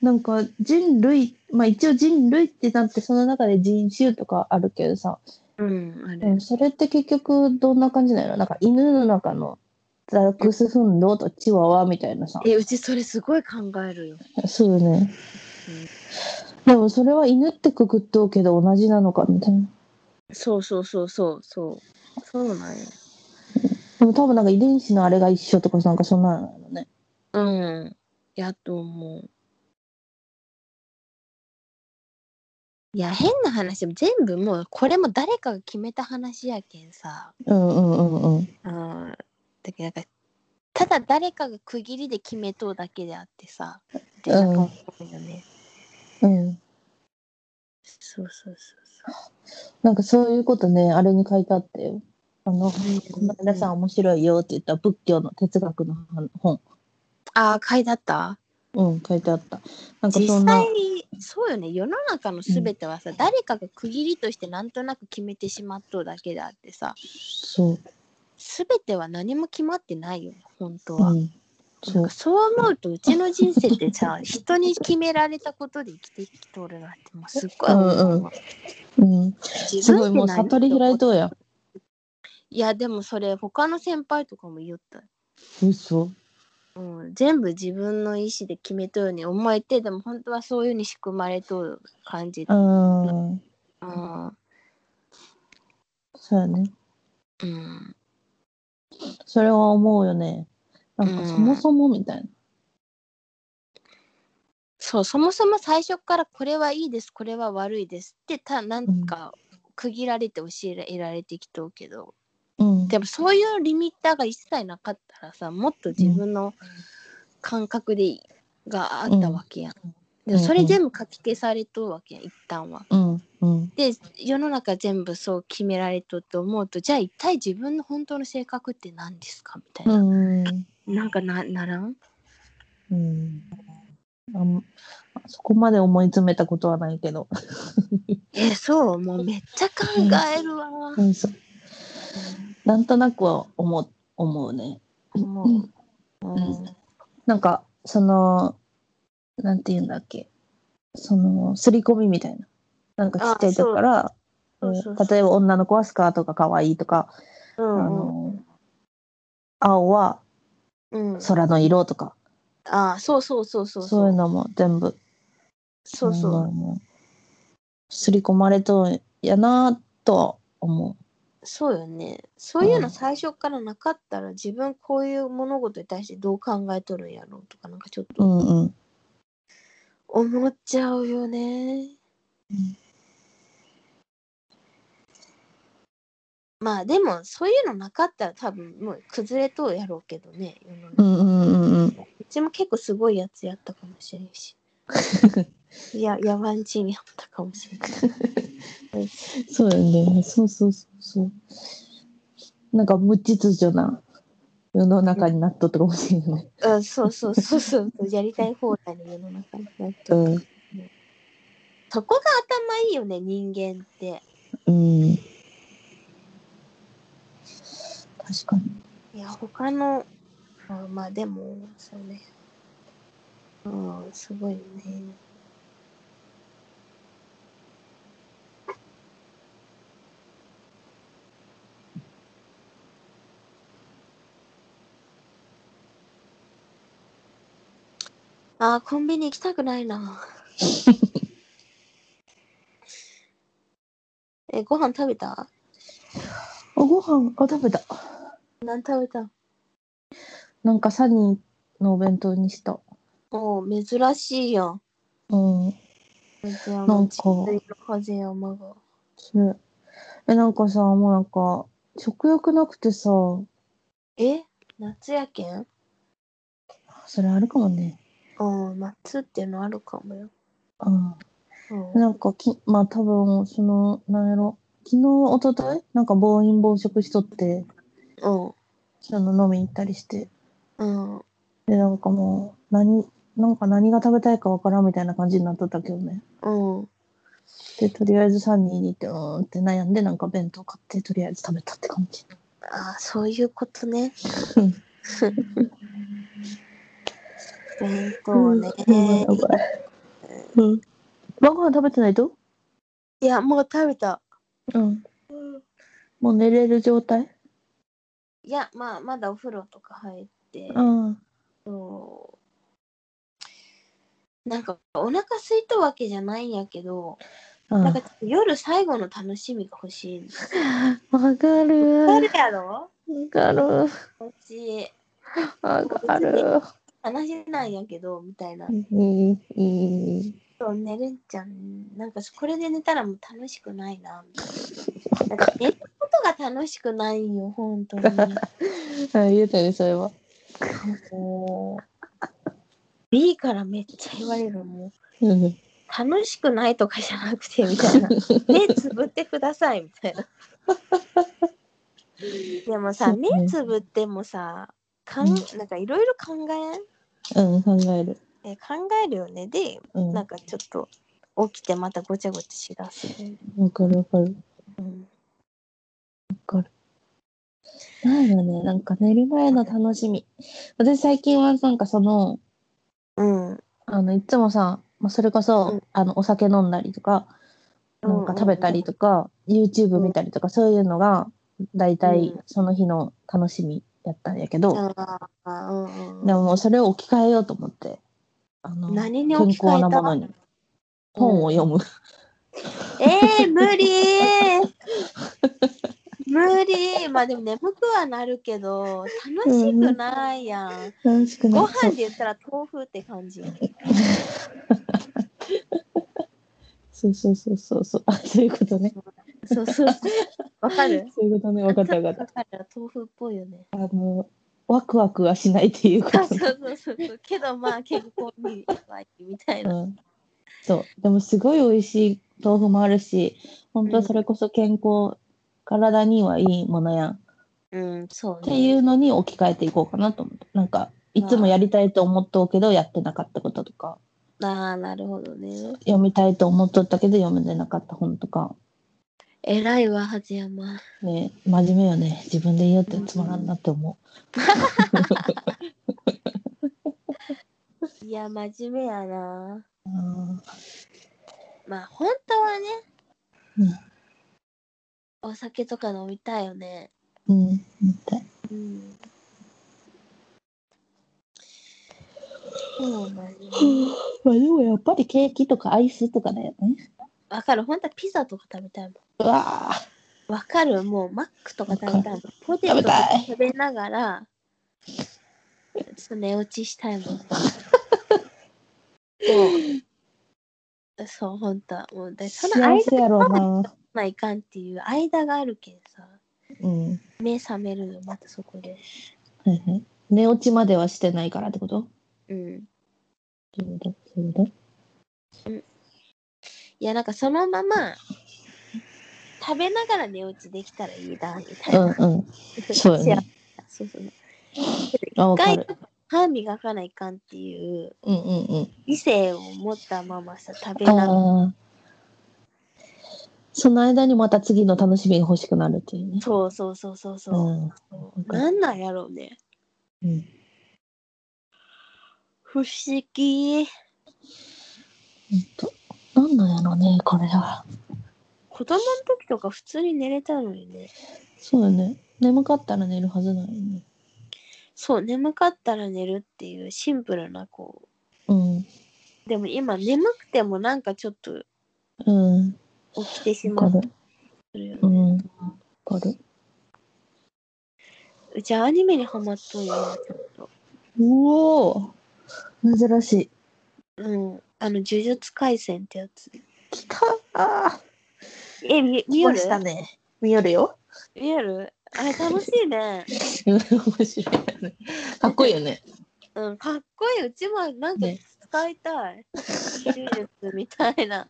S1: なんか人類、まあ一応人類ってなってその中で人種とかあるけどさ、
S3: うんあれ、
S1: うんそれって結局どんな感じなのなんか犬の中のザックスフンドとチワワみたいなさ。
S3: えうちそれすごい考えるよ
S1: そうよね。でもそれは犬ってくくっとうけど同じなのかみたいな。
S3: そうそうそうそうそうそうなんよ
S1: でも多分なんか遺伝子のあれが一緒とかなんかそんなのなのね。
S3: うんやと思ういや変な話全部もうこれも誰かが決めた話やけんさ
S1: うんうんうんうん。
S3: うんだけどなんかただ誰かが区切りで決めとうだけであってさってなんか思うよね、
S1: うん。
S3: そうそうそう
S1: なんかそういうことね、あれに書いてあったよ。あの、この間さん面白いよって言った仏教の哲学の本。
S3: ああ書いてあった
S1: うん、書いてあった。なんか
S3: 実
S1: そんな
S3: 際。そうよね世の中の全てはさ、誰かが区切りとしてなんとなく決めてしまっとうだけであってさ
S1: そう。
S3: 全ては何も決まってないよね本当は、
S1: うん。
S3: な
S1: そ
S3: ん
S1: う
S3: か。そう思うとうちの人生ってさ人に決められたことで生きてきとるなってもうすっごい思うわ、
S1: うんうん。
S3: 自
S1: すごい
S3: 分
S1: も
S3: っ
S1: う
S3: て何
S1: 悟り開いとうやん。
S3: いやでもそれ他の先輩とかも言った、
S1: 嘘。
S3: うん、全部自分の意思で決めとるように思えてでも本当はそういうふうに仕組まれとる感じ
S1: う、ん。
S3: うん
S1: そうやね。
S3: うん、
S1: それは思うよね。なん
S3: う
S1: か
S3: ん
S1: そもそもみたいな。
S3: そうそもそも最初からこれはいいですこれは悪いですってたなんか区切られて教えられてきとうけど、
S1: うん。
S3: でもそういうリミッターが一切なかったらさもっと自分の感覚でいいがあったわけやん。でもそれ全部書き消されとうわけやん一旦は。
S1: うん。うん。
S3: で世の中全部そう決められとって思うとじゃあ一体自分の本当の性格って何ですかみたいうな、
S1: ん。
S3: なんかなならん
S1: うん。あんそこまで思い詰めたことはないけど。
S3: えそうもうめっちゃ考えるわ。
S1: うん、そうなんとなくは思う思うね。
S3: 思う
S1: うんなんかそのなんて言うんだっけその刷り込みみたいななんかちっちゃい時から
S3: あそう
S1: えー
S3: そうそうそう
S1: 例えば女の子はスカートが可愛いとか、
S3: う
S1: あ
S3: ん
S1: の青は
S3: うんうん、
S1: 空の色とか、
S3: あそうそうそうそう
S1: そう
S3: そ
S1: いう
S3: う
S1: のも全部
S3: そう
S1: なんだろ
S3: そう
S1: もう刷り込まれとんやなとは思
S3: そうよね。そういう
S1: う
S3: の
S1: ん
S3: 最初からなかったら、自分こういう物事に対してどう考えとるんやろうとか、なんかちょっ
S1: う。う
S3: と
S1: んうん
S3: 思っちゃうよね。
S1: ん
S3: まあでも、そういうのなかったら多分もう崩れとうやろうけどね。世の
S1: う
S3: 中
S1: んうんうんうん
S3: うちも結構すごいやつやったかもしれん し。いや、野蛮人やったかもしれんけど。
S1: そうよね。そうそうそうそう。なんか無秩序な世の中になっとったかもしれない。
S3: うん、そうそうそうそうそう。やりたい放題の世の中になっと
S1: う
S3: る。
S1: ん。
S3: そこが頭いいよね、人間って。
S1: うん。確かに。
S3: いや、他の、あまあでも、そうね。うん、すごいよね。あーコンビニ行きたくない な。え、ご飯食べた
S1: あ、ご飯、あ、食べた。
S3: 何食べた
S1: なんかサニーのお弁当にした。
S3: おう珍しいやん。
S1: うん。
S3: なん
S1: ん
S3: か
S1: か、
S3: 風山が。
S1: そうえ、なんかさ、もうなんか、食欲なくてさ、
S3: え夏やけん
S1: それあるかもね。
S3: うん、夏っていうのあるかもよ。
S1: うん。
S3: うん、
S1: なんかき、まあ多分、その、なんやろ、昨日、一昨日なんか暴飲暴食しとって、
S3: うん、
S1: その飲みに行ったりして、
S3: うん。
S1: で、なんかもう、何、なんか何が食べたいかわからんみたいな感じになっとったけどね。
S3: うん、
S1: で、とりあえずサニーに行って、うーんって悩んで、なんか弁当買って、とりあえず食べたって感じ。
S3: ああそういうことね。弁当 ね、
S1: うん、やばい。うん。晩ご飯食べてないと
S3: いやもう食べた。
S1: うん。もう寝れる状態
S3: いやまあまだお風呂とか入って、
S1: うん。
S3: そうなんかお腹空いたわけじゃないんやけ
S1: うん
S3: ど、なんかちょっと夜最後の楽しみが欲しいんです。
S1: わかる。
S3: あ
S1: わ
S3: るやろ
S1: かる。
S3: こっち。
S1: わかる。
S3: 話なんやけどみたいな
S1: うんうん
S3: そう寝れんじゃんなんかこれで寝たらもう楽しくないなみたいななんか寝ることが楽しくないよ本当に
S1: あ言えたねそれは
S3: もう B からめっちゃ言われるもう
S1: うん
S3: 楽しくないとかじゃなくてみたい な目つぶってくださいみたいなでもさ
S1: そうね
S3: 目つぶってもさかん
S1: う
S3: なんかいろいろ考えん
S1: うん考える
S3: え考えるよねで
S1: うん
S3: なん
S1: わ
S3: かちょっと起きてまたごちゃごちゃしだす、
S1: かるわかる
S3: うん、
S1: なんだねなんか寝る前の楽しみ私最近はなんかその
S3: うん
S1: あのいつもさ、まあ、それこそ、
S3: うん
S1: あのお酒飲んだりとかなんか食べたりとか、YouTube 見たりとか、そういうのが大体
S3: うん
S1: その日の楽しみやったんやけど、
S3: ああうんうん
S1: でももうそれを置き換えようと思ってあの
S3: 何に置き換え
S1: 健
S3: た
S1: 康なものに本を読む、
S3: えー、無 理ー無理ーまあでも眠くはなるけど楽しくないやん、
S1: 楽しく
S3: ご
S1: そ
S3: 飯
S1: う
S3: で言ったら豆腐って感じ。
S1: そうそうそうそうそうあそういうことね
S3: そうそう。わかる
S1: そういうことね分かった分かった
S3: わかる。豆腐っぽいよ ね。
S1: あのワクワクはしないっていうこ
S3: そう
S1: と、
S3: そうそうそう。けどまあ健康にはいいみたいうな。
S1: ん、そうでもすごい美味しい豆腐もあるし本当はそれこそ健康、体にはいいものやんっ
S3: うん、そう
S1: て
S3: ね。
S1: いうのに置き換えていこうかなと思ってなんかいつもやりたいと思っとうけどやってなかったこととか
S3: ああ、なるほどね。
S1: 読みたいと思っとったけど読んでなかった本とか
S3: 偉いわ、は山。
S1: ね真面目よね自分で言うってつまらんなって思
S3: いや、真面目やな。
S1: う、うん
S3: まあ本当はね、
S1: うん
S3: お酒とか飲みたいよね。
S1: うんみたい
S3: うん。そうなんよ
S1: まあでもやっぱりケーキとかアイスとかだよね
S3: わかる。本当はピザとか食べたいもん。
S1: うわー
S3: わかるもうマックとか食べたいもんポテ
S1: 食べ
S3: トとか
S1: たい
S3: 食べながらちょっと寝落ちしたい もんそうそうほんとはもうでその
S1: 幸
S3: 間
S1: せやろうな。
S3: ないかんっていう間があるけんさ
S1: うん。はい
S3: 目覚めるよまたそこで
S1: はい。寝落ちまではしてないからってこと
S3: うん
S1: そういうことそういうこ
S3: いやなんかそのまま食べながら寝落ちできたらいいなみたい
S1: と
S3: な、
S1: うんうん。そう よね
S3: そうそう
S1: あ、わか
S3: 一回
S1: る。
S3: 歯磨かないかんっていう
S1: うんうんうん。
S3: 理性を持ったままさ食べながら
S1: ああ。その間にまた次の楽しみが欲しくなるっていうね。
S3: そうそうそうそう
S1: う
S3: そう。
S1: ん。わかる
S3: なんなんやろうね。
S1: うん。
S3: 不思議。
S1: ほんと。なんなんやろね、これは。
S3: 子供の時とか普通に寝れたのにね。
S1: そうよね。眠かったら寝るはずなのにね。
S3: そう、眠かったら寝るっていうシンプルなこ
S1: うん。
S3: う。でも今眠くてもなんかちょっと
S1: うん。
S3: 起きてしま
S1: わ
S3: う
S1: かる。
S3: よ
S1: う
S3: ね。
S1: ん。わかる。
S3: うちアニメにハマっとんよ、ちょっと。
S1: うおー珍しい。
S3: うん。あの、呪術廻戦ってやつ。
S1: 来たあー
S3: え、み見よる
S1: ね。見よるよ。
S3: 見よるあれ楽しいね。
S1: 面白いよね。かっこいいよね。
S3: うん、かっこいい。うちもなんか
S1: ね
S3: 使いたい。呪術みたいな。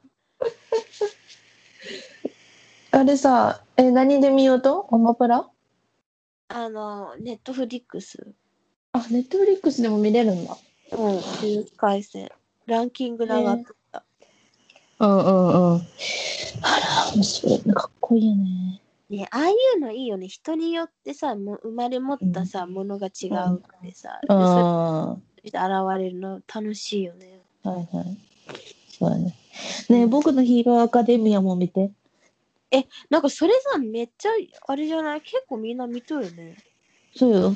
S1: あれさ、え、何で見ようとオマプラ
S3: あの、ネットフリックス。
S1: あ、ネットフリックスでも見れるんだ。
S3: うん、10回戦。ランキング長かった。
S1: うんうんうん。あら、面白いね。かっこいいよね。
S3: ね、ああいうのいいよね。人によってさ、もう生まれ持ったさ、ものが違うってさ、
S1: うん。
S3: でそ
S1: は
S3: れで現れるの楽しいよね。
S1: いはい。そうだね。ねえ僕のヒーローアカデミアも見て。
S3: なんかそれさ、めっちゃ、あれじゃない結構みんな見とるよね。
S1: そうよ。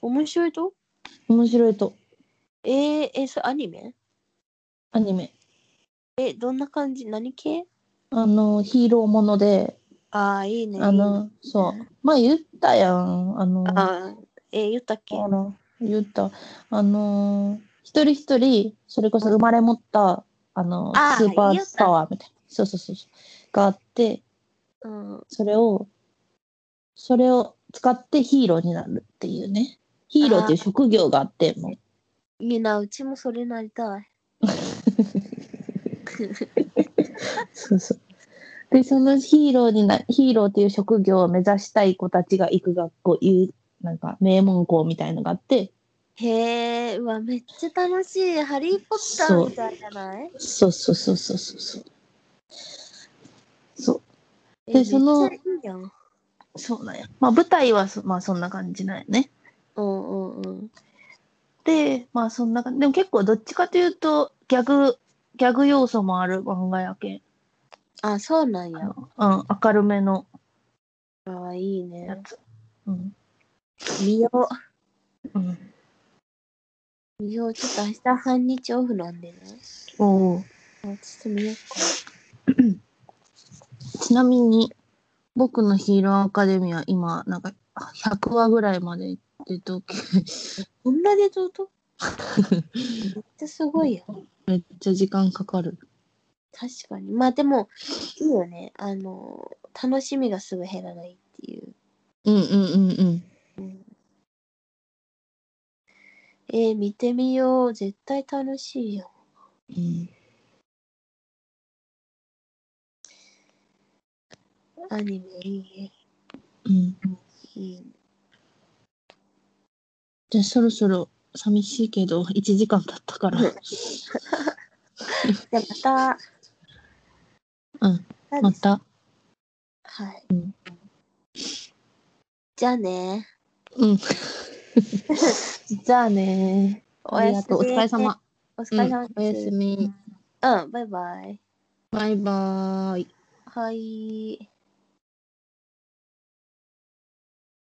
S3: 面白いと
S1: 面白いと。
S3: えー、えそれアニメ
S1: アニメ。
S3: え、どんな感じ何系
S1: あの、ヒーローもので、
S3: ああ、いいね。
S1: あ
S3: いいね
S1: の、そう。まあ言ったやん。あの、
S3: あーえー言ったっけ
S1: あの言った、あのー一人一人、それこそ生まれ持った、あのー
S3: あー
S1: スーパ
S3: 言っ
S1: ー
S3: た
S1: パワーみたいな、そうそうそうそう、があって、
S3: うん、
S1: それを、それを使ってヒーローになるっていうね。ヒーローっていう職業があって、もう
S3: いいな、うちもそれなりたい。
S1: そうそう。で、そのヒーローにな、ヒーローっていう職業を目指したい子たちが行く学校、いう、なんか名門校みたいのがあって、
S3: へえ、うわ、めっちゃ楽しい。ハリー・ポッターみたいじゃない
S1: そうそうそうそうそうそう。そう、
S3: え
S1: でその
S3: めっちゃいいやん。
S1: そうなんや。まあ舞台はそ、まあそんな感じなんやね。
S3: うんうんうん。
S1: で、まあそんな感じ。でも結構どっちかというと、ギャグ、ギャグ要素もある漫画やけん。
S3: あ、そうなん
S1: あ
S3: や。
S1: のうん、明るめの
S3: あいい
S1: や
S3: ね。
S1: つ。うん。
S3: 見よう。
S1: うん。
S3: 見よう。ちょっと明日半日オフなんでね。
S1: おー
S3: あちょっと見ようか。
S1: ちなみに、僕のヒーローアカデミア、今、なんか、100話ぐらいまで行ってと、
S3: こんなでど うとめっちゃすごいよ。
S1: めっちゃ時間かかる。
S3: 確かに。まあでも、いいよね。あの、楽しみがすぐ減らないっていう。
S1: うんうんうんうん。
S3: えー、見てみよう。絶対楽しいよ。
S1: うん、
S3: アニメいいね。
S1: うん、
S3: いいね。
S1: じゃあそろそろ寂しいけど1時間経ったから
S3: じゃあ
S1: うん。
S3: また。また
S1: ま
S3: です。
S1: た
S3: はい。
S1: うん
S3: じゃあね。
S1: うん じゃあね
S3: お
S1: あり
S3: や
S1: が
S3: す
S1: と
S3: み。
S1: うお疲れ様、
S3: お疲
S1: う
S3: れ
S1: ん
S3: 様、
S1: おやす。み
S3: うん、バイバイ。
S1: バイバーイ
S3: はい。